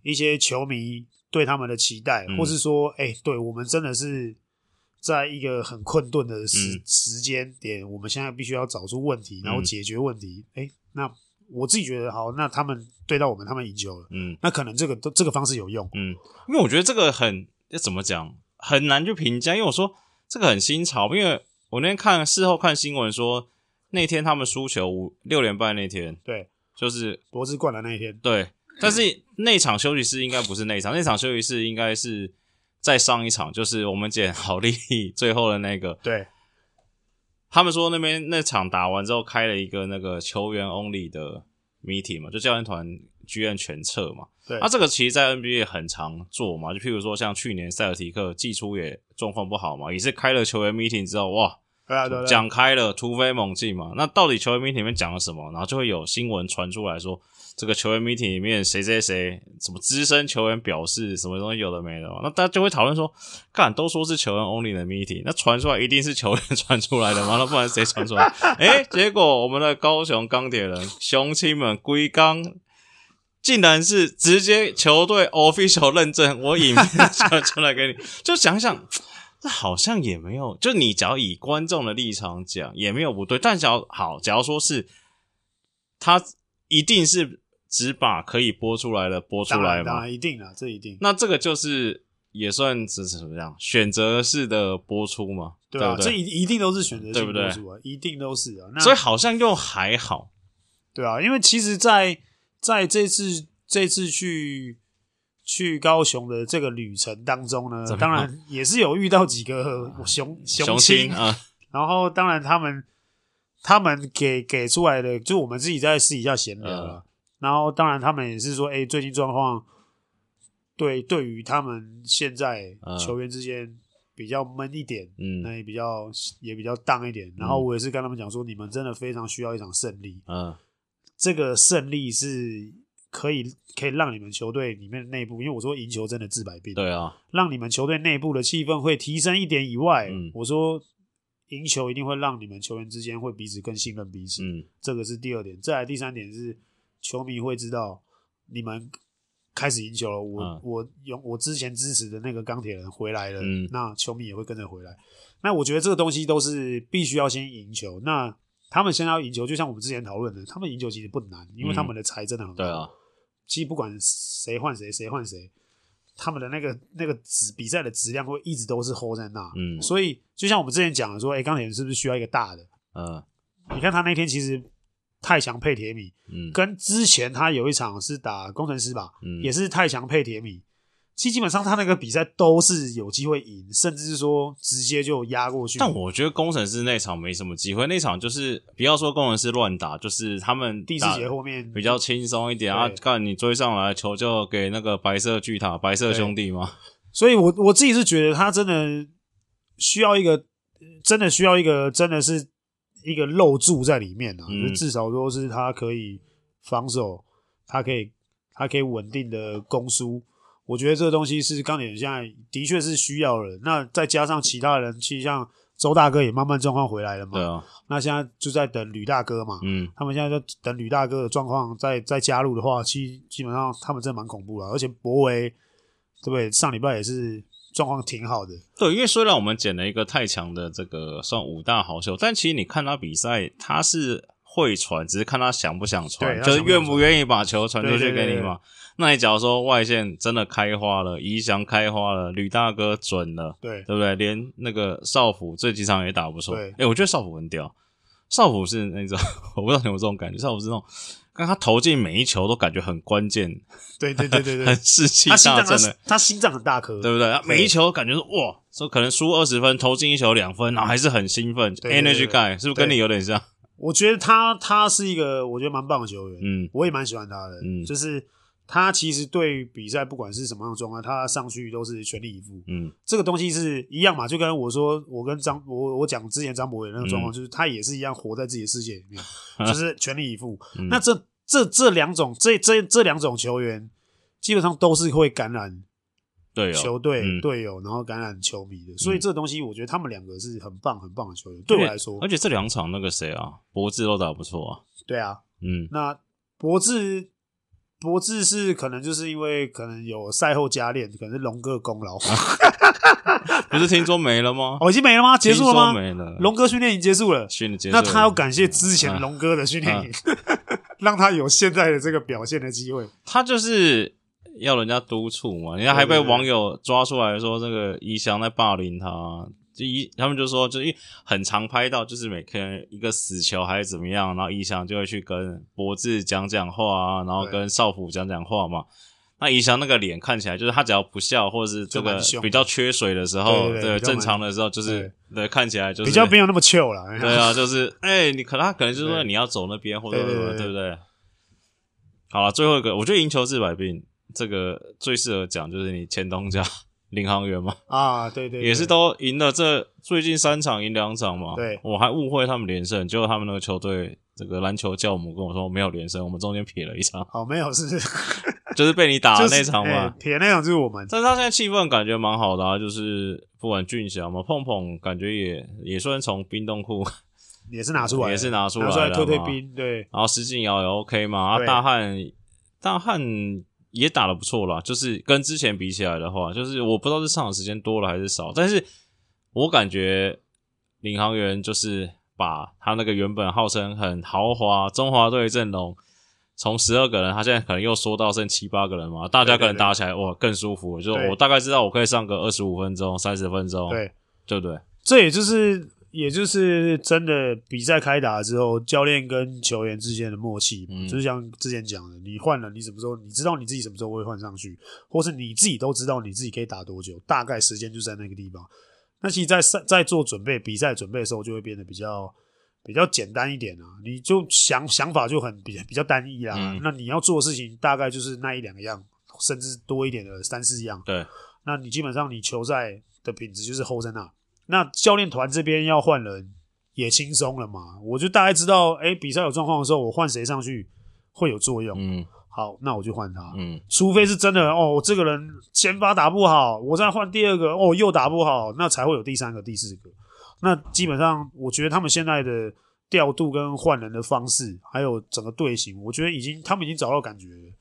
A: 一些球迷对他们的期待，
B: 嗯
A: 或是说，哎、对我们真的是在一个很困顿的时、
B: 嗯
A: 时间点，我们现在必须要找出问题，然后
B: 嗯
A: 解决问题。哎、那我自己觉得好，那他们对到我们，他们赢球了，
B: 嗯
A: 那可能这个这个方式有用。
B: 嗯，因为我觉得这个很要怎么讲，很难去评价，因为我说这个很新潮，因为我那天看事后看新闻说，那天他们输球五六连败那天，
A: 对，
B: 就是
A: 罗志灌篮那一天，
B: 对，但是那场休息室应该不是那一场，那场休息室应该是再上一场，就是我们捡好利 最后的那个，
A: 对，
B: 他们说那边那场打完之后开了一个那个球员 only 的 meeting 嘛，就教练团剧院全撤嘛。
A: 对
B: 那、这个其实，在 NBA 很常做嘛，就譬如说像去年塞尔提克季初也状况不好嘛，也是开了球员 meeting 之后，哇，
A: 对啊，对啊对啊，
B: 讲开了，突飞猛进嘛。那到底球员 meeting 里面讲了什么？然后就会有新闻传出来说，这个球员 meeting 里面谁谁谁什么资深球员表示什么东西有的没的嘛。那大家就会讨论说，干都说是球员 only 的 meeting，那传出来一定是球员传出来的吗？那不然谁传出来？诶，结果我们的高雄钢铁人雄青们龟钢。竟然是直接球队 official 认证，我影片传出来给你，就想想，这好像也没有，就你只要以观众的立场讲，也没有不对。但只要好，假如说是他一定是只把可以播出来的播出
A: 当
B: 来
A: 然当
B: 嘛，
A: 然一定啊，这一定。
B: 那这个就是也算是怎么样选择式的播出嘛，
A: 对啊，
B: 不
A: 这
B: 对？
A: 一一定都是选择
B: 对
A: 性
B: 不对
A: 播出啊，一定都是啊。那
B: 所以好像又还好，
A: 对啊，因为其实在，在这次这次去去高雄的这个旅程当中呢
B: 怎，么
A: 当然也是有遇到几个雄
B: 雄
A: 雄青，
B: 啊，
A: 然后当然他们他们给给出来的，就我们自己在私底下闲聊了。
B: 嗯
A: 然后当然他们也是说，哎、最近状况对对于他们现在
B: 嗯
A: 球员之间比较闷一点，那
B: 嗯
A: 也比较也比较荡一点。然后我也是跟他们讲说，你们真的非常需要一场胜利。
B: 嗯
A: 这个胜利是可以可以让你们球队里面的内部，因为我说赢球真的治百病，
B: 对啊，
A: 让你们球队内部的气氛会提升一点以外，
B: 嗯
A: 我说赢球一定会让你们球员之间会彼此更信任彼此，
B: 嗯
A: 这个是第二点。再来第三点是，球迷会知道你们开始赢球了，我、
B: 嗯
A: 我用我之前支持的那个钢铁人回来了，
B: 嗯
A: 那球迷也会跟着回来。那我觉得这个东西都是必须要先赢球。那他们先要赢球，就像我们之前讨论的，他们赢球其实不难，因为
B: 嗯
A: 他们的财真的很好。
B: 对啊，
A: 其实不管谁换谁，谁换谁，他们的那个那个质比赛的质量会一直都是 hold 在那。
B: 嗯
A: 所以就像我们之前讲的说，哎、钢铁人是不是需要一个大的？
B: 嗯
A: 你看他那天其实太强配铁米，
B: 嗯
A: 跟之前他有一场是打工程师吧，
B: 嗯
A: 也是太强配铁米。其实基本上他那个比赛都是有机会赢，甚至是说直接就压过去。
B: 但我觉得工程师那场没什么机会，那场就是不要说工程师乱打，就是他们
A: 第四
B: 打
A: 节后面
B: 比较轻松一点啊
A: 嗯对。
B: 看你追上来，球就给那个白色巨塔、白色兄弟嘛。
A: 所以我我自己是觉得他真的需要一个，真的需要一个，真的是一个漏柱在里面啊，
B: 嗯
A: 就至少说是他可以防守，他可以他可以稳定的攻输。我觉得这个东西是钢铁人现在的确是需要的。那再加上其他人，其实像周大哥也慢慢状况回来了
B: 对
A: 嘛，
B: 啊，
A: 那现在就在等吕大哥嘛。
B: 嗯
A: 他们现在在等吕大哥的状况再再加入的话，基基本上他们真的蛮恐怖了。而且博维，对不对？上礼拜也是状况挺好的，
B: 对，因为虽然我们捡了一个太强的这个算五大好秀，但其实你看他比赛，他是会传，只是看他想不想传，
A: 对
B: 就是
A: 他想不想
B: 愿不愿意把球传出去给你
A: 对对对
B: 嘛。那你假如说外线真的开花了，怡翔开花了，吕大哥准了。
A: 对
B: 对不对？连那个少辅这几场也打不错。
A: 对
B: 哎、我觉得少辅很屌。少辅是那种， 我不知道你有没有这种感觉，少辅是那种，看他投进每一球都感觉很关键，
A: 对对对对对，
B: 很士 气
A: 他心
B: 大
A: 脏
B: 振
A: 他
B: 的，
A: 他心脏很大颗，
B: 对不对？他每一球感觉是哇，说可能输二十分，投进一球两分，然后还是很兴奋
A: 对对对
B: ，energy guy 是不是跟你有点像？
A: 我觉得他他是一个我觉得蛮棒的球员，
B: 嗯
A: 我也蛮喜欢他的，
B: 嗯
A: 就是。他其实对于比赛不管是什么样的状况，他上去都是全力以赴。
B: 嗯
A: 这个东西是一样嘛，就跟我说，我跟张我我讲之前张博伟那个
B: 嗯
A: 状况，就是他也是一样活在自己的世界里 面，就是全力以赴。
B: 嗯
A: 那这这这两种这这这两种球员，基本上都是会感染
B: 对哦，
A: 球队
B: 嗯
A: 队友，然后感染球迷的。所以
B: 嗯
A: 这东西，我觉得他们两个是很棒很棒的球员。对我来说
B: 而，且这两场那个谁啊，博智都打不错啊，
A: 对啊，
B: 嗯
A: 那博智。博智是可能就是因为可能有赛后加练，可能是龙哥的功劳。
B: 不是听说没了吗？
A: 哦，已经没了吗？结束了
B: 听说
A: 吗？
B: 没了，
A: 龙哥训练营结束了。
B: 训练结束
A: 那
B: 了，
A: 他要感谢之
B: 啊
A: 前龙哥的训练营， 让他有现在的这个表现的机会。
B: 他就是要人家督促嘛，人家还被网友抓出来说这个怡翔在霸凌他，就一他们就说就一很常拍到，就是每个人一个死球还是怎么样，然后怡翔就会去跟博智讲讲话啊，然后跟少辅讲讲话嘛。那怡翔那个脸看起来就是他只要不笑或者是这
A: 就
B: 个
A: 蛮凶的
B: 比较缺水的时候，
A: 对对对比较蛮
B: 正常的时候就是对看起来就是
A: 比较没有那么 chill 啦。
B: 对啊，就是哎、你可他可能就是说
A: 对
B: 你要走那边或者
A: 对对
B: 什
A: 对
B: 么，
A: 对
B: 对不对？好了，最后一个，我觉得赢球治百病，这个最适合讲就是你前东家领航员嘛，
A: 啊，对对，对
B: 也是都赢了这最近三场赢两场嘛。
A: 对
B: 我还误会他们连胜，结果他们那个球队这个篮球教母跟我说没有连胜，我们中间撇了一场，
A: 哦，没有是不是
B: 就是被你打
A: 就
B: 的
A: 是
B: 啊那场嘛
A: 哎。铁那场就是我们
B: 但是他现在气氛感觉蛮好的啊，就是不管俊翔嘛，碰碰感觉也也算从冰冻库
A: 也是拿出来，
B: 也是拿出来
A: 拿出来
B: 了
A: 推推
B: 嘛
A: 兵，对
B: 然后石敬尧也 OK 嘛，啊，
A: 对
B: 大汉大汉也打得不错啦，就是跟之前比起来的话，就是我不知道是上场时间多了还是少，但是我感觉领航员就是把他那个原本号称很豪华中华队阵容从十二个人，他现在可能又缩到剩七八个人嘛，大家
A: 对对
B: 可能打起来哇更舒服，就是
A: 对
B: 我大概知道我可以上个二十五分钟、三十分钟，
A: 对，
B: 对不对？
A: 这也就是也就是真的比赛开打之后，教练跟球员之间的默契嘛，
B: 嗯
A: 就是像之前讲的，你换了，你什么时候你知道你自己什么时候会换上去，或是你自己都知道你自己可以打多久，大概时间就在那个地方。那其实在赛在做准备比赛准备的时候，就会变得比较比较简单一点啊，你就想想法就很比比较单一啦、
B: 嗯
A: 那你要做的事情大概就是那一两样，甚至多一点的三四样。
B: 对，
A: 那你基本上你球赛的品质就是 hold 在那。那教练团这边要换人也轻松了嘛，我就大概知道，哎、比赛有状况的时候，我换谁上去会有作用。
B: 嗯
A: 好，那我就换他。
B: 嗯，
A: 除非是真的哦，我这个人先发打不好，我再换第二个哦又打不好，那才会有第三个、第四个。那基本上，我觉得他们现在的调度跟换人的方式，还有整个队形，我觉得已经他们已经找到感觉了，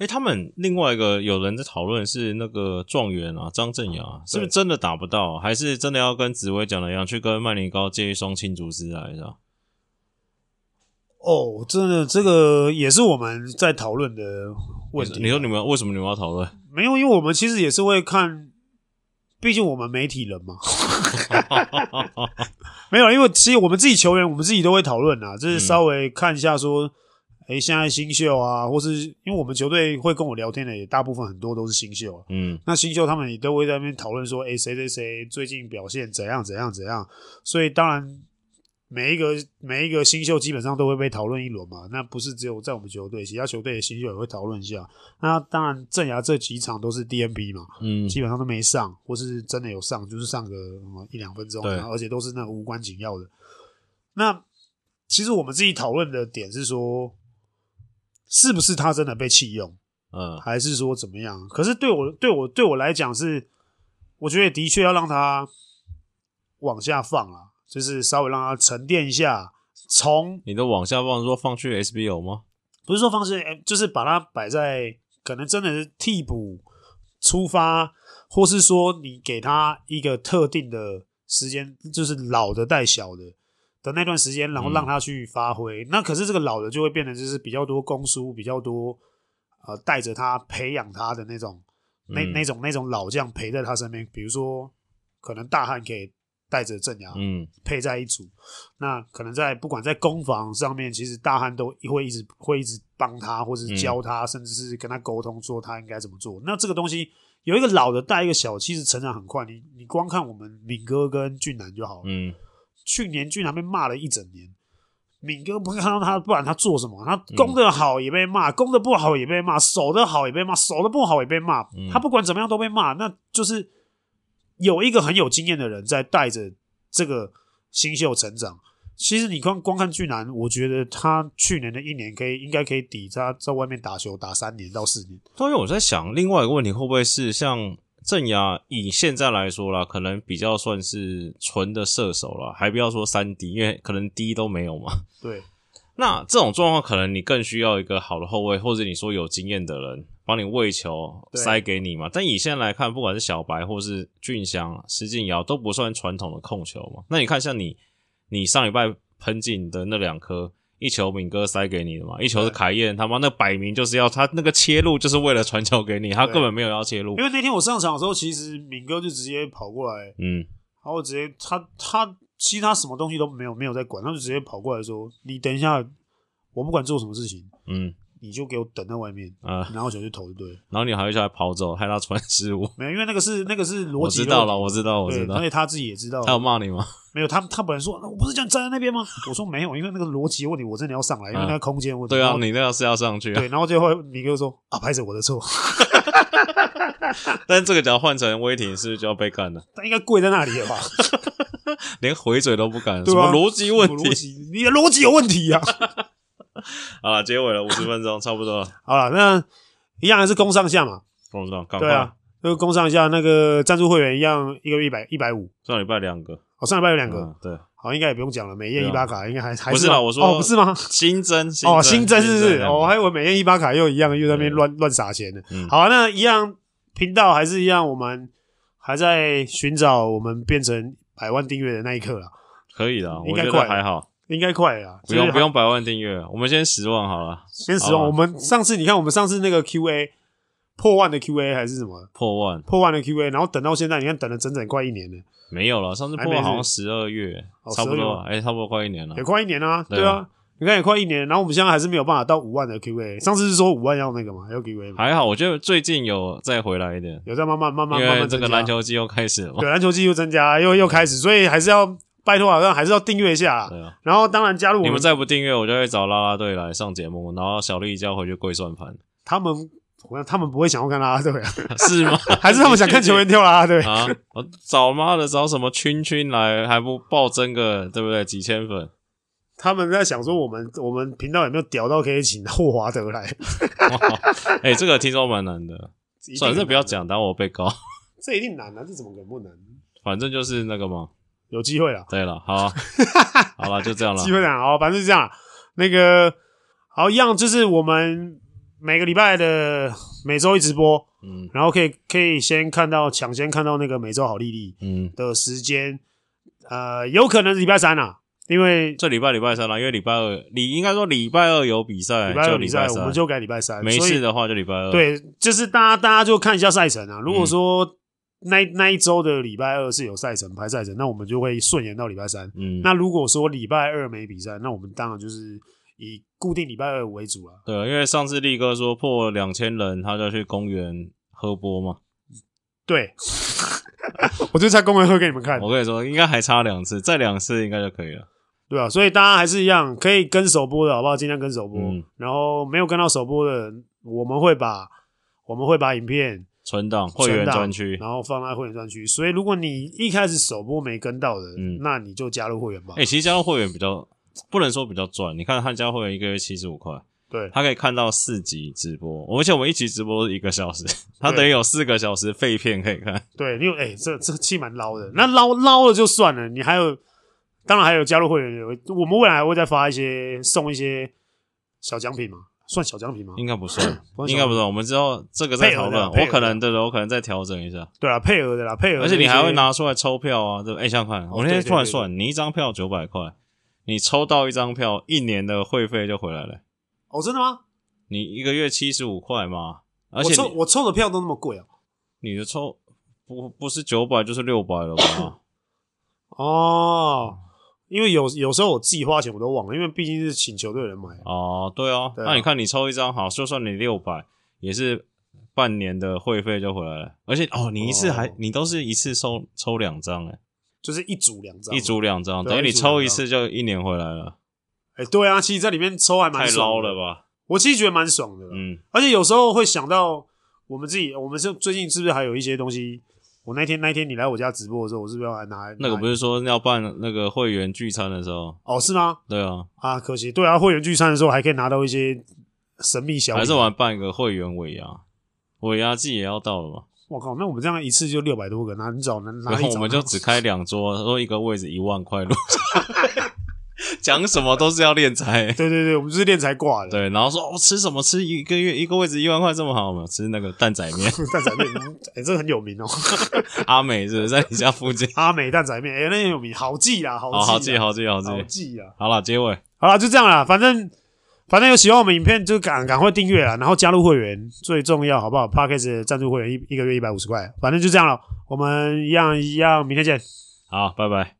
B: 诶，他们另外一个有人在讨论是那个状元啊，张镇雅是不
A: 哦对
B: 是真的打不到，啊还是真的要跟紫薇讲的一样，去跟曼尼高借一双青竹丝来着？
A: 哦，真的，这个也是我们在讨论的问题。啊
B: 你说你们为什么你们要讨论？
A: 没有？因为我们其实也是会看，毕竟我们媒体人嘛。没有，因为其实我们自己球员，我们自己都会讨论啊，就是稍微看一下说，哎、现在新秀啊，或是因为我们球队会跟我聊天的，也大部分很多都是新秀、啊。
B: 嗯
A: 那新秀他们也都会在那边讨论说，哎、谁谁谁最近表现怎样怎样怎样，所以当然每一个每一个新秀基本上都会被讨论一轮嘛。那不是只有在我们球队，其他球队的新秀也会讨论一下。那当然，镇牙这几场都是 DNB 嘛，
B: 嗯，
A: 基本上都没上，或是真的有上，就是上个、嗯一两分钟，
B: 对
A: 然后而且都是那个无关紧要的。那其实我们自己讨论的点是说，是不是他真的被弃用？
B: 嗯
A: 还是说怎么样？可是对我对我对我来讲是，我觉得的确要让他往下放啦，就是稍微让他沉淀一下。从
B: 你的往下放说放去 SBO 吗？
A: 不是说方式，诶就是把它摆在可能真的是替补出发，或是说你给他一个特定的时间，就是老的带小的的那段时间，然后
B: 嗯
A: 让他去发挥。那可是这个老的就会变得就是比较多公输，比较多呃带着他培养他的那种那、
B: 嗯
A: 那种那种老将陪在他身边，比如说可能大汉可以带着镇压，
B: 嗯
A: 配在一组，那可能在不管在攻防上面，其实大汉都会一直会一直帮他，或是教他，甚至是跟他沟通，说他应该怎么做。那这个东西有一个老的带一个小，其实成长很快。你你光看我们敏哥跟俊南就好了，
B: 嗯
A: 去年俊南被骂了一整年，敏哥不看到他，不然他做什么？他攻的好也被骂，攻的不好也被骂，守的好也被骂，守的不好也被骂。
B: 嗯
A: 他不管怎么样都被骂，那就是有一个很有经验的人在带着这个新秀成长。其实你光光看俊南，我觉得他去年的一年可以应该可以抵他在外面打球打三年到四年。
B: 对，因为我在想，另外一个问题会不会是像镇压以现在来说啦，可能比较算是纯的射手啦，还不要说三 D，因为可能 D 都没有嘛。
A: 对，
B: 那这种状况，可能你更需要一个好的后卫，或者你说有经验的人帮你喂球
A: 对
B: 塞给你嘛。但以现在来看，不管是小白或是俊祥、石敬尧，都不算传统的控球嘛。那你看，像你，你上礼拜喷进的那两颗，一球敏哥塞给你的嘛，一球是
A: 对
B: 凯燕，他妈那摆明就是要他那个切入就是为了传球给你，他
A: 对
B: 根本没有要切入
A: 因。为那天我上场的时候，其实敏哥就直接跑过来，
B: 嗯，
A: 然后直接他他其实他什么东西都没有没有在管，他就直接跑过来说：“你等一下，我不管做什么事情，
B: 嗯
A: 你就给我等在外面。
B: 啊、”
A: 然后球就投就对了，
B: 然后你还会下来跑走，害他传失误。
A: 没有，因为那个是那个是逻
B: 我
A: 辑
B: 知
A: 的
B: 道
A: 问
B: 了，
A: 题
B: 我知道，我
A: 对
B: 知，道
A: 而。且他自己也知道
B: 他，有骂你吗？
A: 没有他他本来说，我不是叫你站在那边吗？我说没有，因为那个逻辑问题，我真的要上来，因为
B: 嗯
A: 那个空间问题。
B: 对
A: 然
B: 啊，
A: 后
B: 你那个是要上去啊。
A: 对，然后最后你就说啊，拍着我的错，
B: 但这个只要换成威霆，是不是就要被干了？
A: 他应该跪在那里了 吧？
B: 连回嘴都不敢，什
A: 对
B: 么
A: 啊
B: 逻辑问
A: 逻
B: 题？
A: 辑，你的逻辑有问题啊呀、
B: 好了，结尾了，五十分钟差不多了，
A: 好了，那一样还是攻上下嘛，
B: 我知道，赶
A: 对
B: 快
A: 啊，，就攻上下那个赞助会员一样，一个月一百一百五。
B: 上礼拜两个，
A: 哦，上礼拜有两个，
B: 嗯，对，
A: 好，应该也不用讲了。美艳
B: 对啊
A: 伊巴卡应该还还
B: 不是
A: 吧
B: 啦，我说
A: 哦，不是吗？
B: 新增
A: 哦，新增是不是？哦，我还
B: 有
A: 以为美艳伊巴卡又一样，又在那边
B: 对
A: 乱乱撒钱呢。
B: 嗯
A: 好啊，那一样频道还是一样，我们还在寻找我们变成百万订阅的那一刻啦。
B: 可以的，
A: 应
B: 我
A: 该
B: 觉
A: 快
B: 得
A: 了
B: 还好，
A: 应该快了啦，
B: 不用
A: 就是
B: 不用百万订阅了，我们先十万好了，
A: 先使
B: 好啊
A: 用。
B: 吧
A: 我们上次你看，我们上次那个 Q&A 破万的 Q&A 还是什么
B: 破万
A: 破万的 Q&A，然后等到现在，你看等了整整快一年了，
B: 没有了，上次
A: 还
B: 破
A: 没
B: 万好
A: 是
B: 像十二月，
A: 哦
B: 差不
A: 12
B: 多
A: 月吗，
B: 哎、差不多快一年了
A: 也。快一年啊，
B: 对啊
A: 对啊，你看也快一年，然后我们现在还是没有办法到五万的 Q&A。上次是说五万要那个嘛，要 Q&A 嘛，
B: 还好，我觉得最近有再回来一点，
A: 有在慢慢慢
B: 因
A: 慢慢慢
B: 为这个
A: 增加
B: 篮球季又开始了嘛。
A: 对篮球季又增加，又又开始，所以还是要拜托好像还是要订阅一下啦。
B: 对啊，
A: 然后当然加入我
B: 你们再不订阅，我就会找啦啦队来上节目，然后小丽就要回去跪算盘，
A: 他们，我看他们不会想要看啦啦队 啊，
B: 是吗？
A: 还是他们想看球 员跳啦啦队？
B: 啊？我找妈的找什么圈圈来，还不暴增个对不对？几千粉，
A: 他们在想说我们我们频道有没有屌到可以请霍华德来？
B: 哇哎、这个听说蛮难的。算了，这不要
A: 讲。
B: 讲，当我被告，
A: 这一定难啊，这怎么可能不难？
B: 反正就是那个嘛。
A: 有机会啦，
B: 对了，好啊、好了，就这样了
A: 机。会难好，反正是这样啦。那个好一样，就是我们每个礼拜的每周一直播，
B: 嗯
A: 然后可以可以先看到抢先看到那个每周好丽丽
B: 嗯，
A: 的时间，呃，有可能是礼拜三啊，因为
B: 这礼拜礼拜三啦，因为礼拜二，你应该说礼拜二有比赛，
A: 礼拜
B: 哎就
A: 二
B: 礼
A: 比赛我
B: 三
A: 们就改礼拜三，
B: 没
A: 所以
B: 事的话就礼拜二。，
A: 对，就是大家大家就看一下赛程啊。
B: 嗯
A: 如果说那那一周的礼拜二是有赛程排赛程，那我们就会顺延到礼拜三。
B: 嗯，
A: 那如果说礼拜二没比赛，那我们当然就是以固定礼拜二为主啊了。
B: 对，啊因为上次力哥说破两千人，他就去公园喝波嘛。
A: 对， 我就在公园喝给你们看，
B: 我跟你说，应该还差两次，再两次应该就可以了。
A: 对吧、所以大家还是一样，可以跟首播的好不好？尽量跟首播，
B: 嗯
A: 然后没有跟到首播的，我们会把我们会把影片
B: 存档会员
A: 存档
B: 专区，
A: 然后放在会员专区。所以如果你一开始首播没跟到的，
B: 嗯
A: 那你就加入会员吧。
B: 哎、其实加入会员比较不能说比较赚，你看他加会员一个月七十五块，
A: 对，
B: 他可以看到四集直播，而且我们一集直播一个小时， 他
A: 对
B: 等于有四个小时废片可以看。
A: 对，因为哎、这这气蛮捞的。那捞捞了就算了，你还有，当然还有加入会员的，我们未来还会再发一些送一些小奖品嘛，算小奖品吗？
B: 应该不算
A: 不，是
B: 应该不算。我们之后这个再讨
A: 配
B: 论，
A: 合的配合
B: 我
A: 的
B: 可能对的，我可能再调整一下。
A: 对啊，配额的啦，配额的
B: 而
A: 一
B: 且
A: 些。
B: 你还会拿出来抽票啊，对不对？哎、想想看，我那天
A: 对对
B: 突然算，你一张票九百块，你抽到一张票，一年的会费就回来了。
A: 哦，真的吗？
B: 你一个月七十五块嘛，而
A: 我
B: 且
A: 抽我抽的票都那么贵啊。
B: 你你的抽不不是九百就是六百了 吧？
A: 哦，因为有有时候我自己花钱我都忘了，因为毕竟是请球队的人买啊。
B: 哦，对啊，
A: 对啊
B: 那你看你抽一张好，就算你六百也是半年的会费就回来了，而且哦，你一次还、
A: 哦
B: 你都是一次抽抽两张哎，
A: 就是一组两张，
B: 一。组两张，
A: 对啊
B: 等于你
A: 一组两张
B: 抽一次就一年回来了，
A: 哎、对啊，其实在里面抽还蛮
B: 太捞
A: 爽的啊
B: 了？吧？
A: 我其实觉得蛮爽的啦。
B: 嗯，
A: 而且有时候会想到我们自己，我们是最近是不是还有一些东西？我那天那天你来我家直播的时候，我是不是要还拿
B: 那个
A: 拿
B: 不是说要办那个会员聚餐的时候，
A: 哦是吗？
B: 对啊，
A: 啊，可惜对啊，会员聚餐的时候还可以拿到一些神秘小礼
B: 还是我们办一个会员尾牙，尾牙季也要到了嘛，
A: 我靠，那我们这样一次就六百多个，拿你找拿拿
B: 然
A: 一
B: 后
A: 找
B: 我们就只开两桌，说一个位置一万块录， 讲什么都是要练财。
A: 对对对，我们就是练财挂的，
B: 对，然后说哦，吃什么？吃一个月一个位置一万块这么好，我们吃那个蛋仔面，
A: 蛋仔面，哎、这个很有名哦，
B: 阿美是不是在你家附近？
A: 阿美蛋仔面，哎、那很有名，好记啦， 好
B: 哦好好
A: 记
B: 记，
A: 啦，
B: 好记，好记。
A: 好记啊！
B: 好了，结尾
A: 好啦，就这样啦，反正反正有喜欢我们影片就赶赶快订阅啦，然后加入会员最重要，好不好 p a c k a g e 赞助会员一一个月一百五十块，反正就这样了，我们一样一样，明天见。
B: 好，拜拜。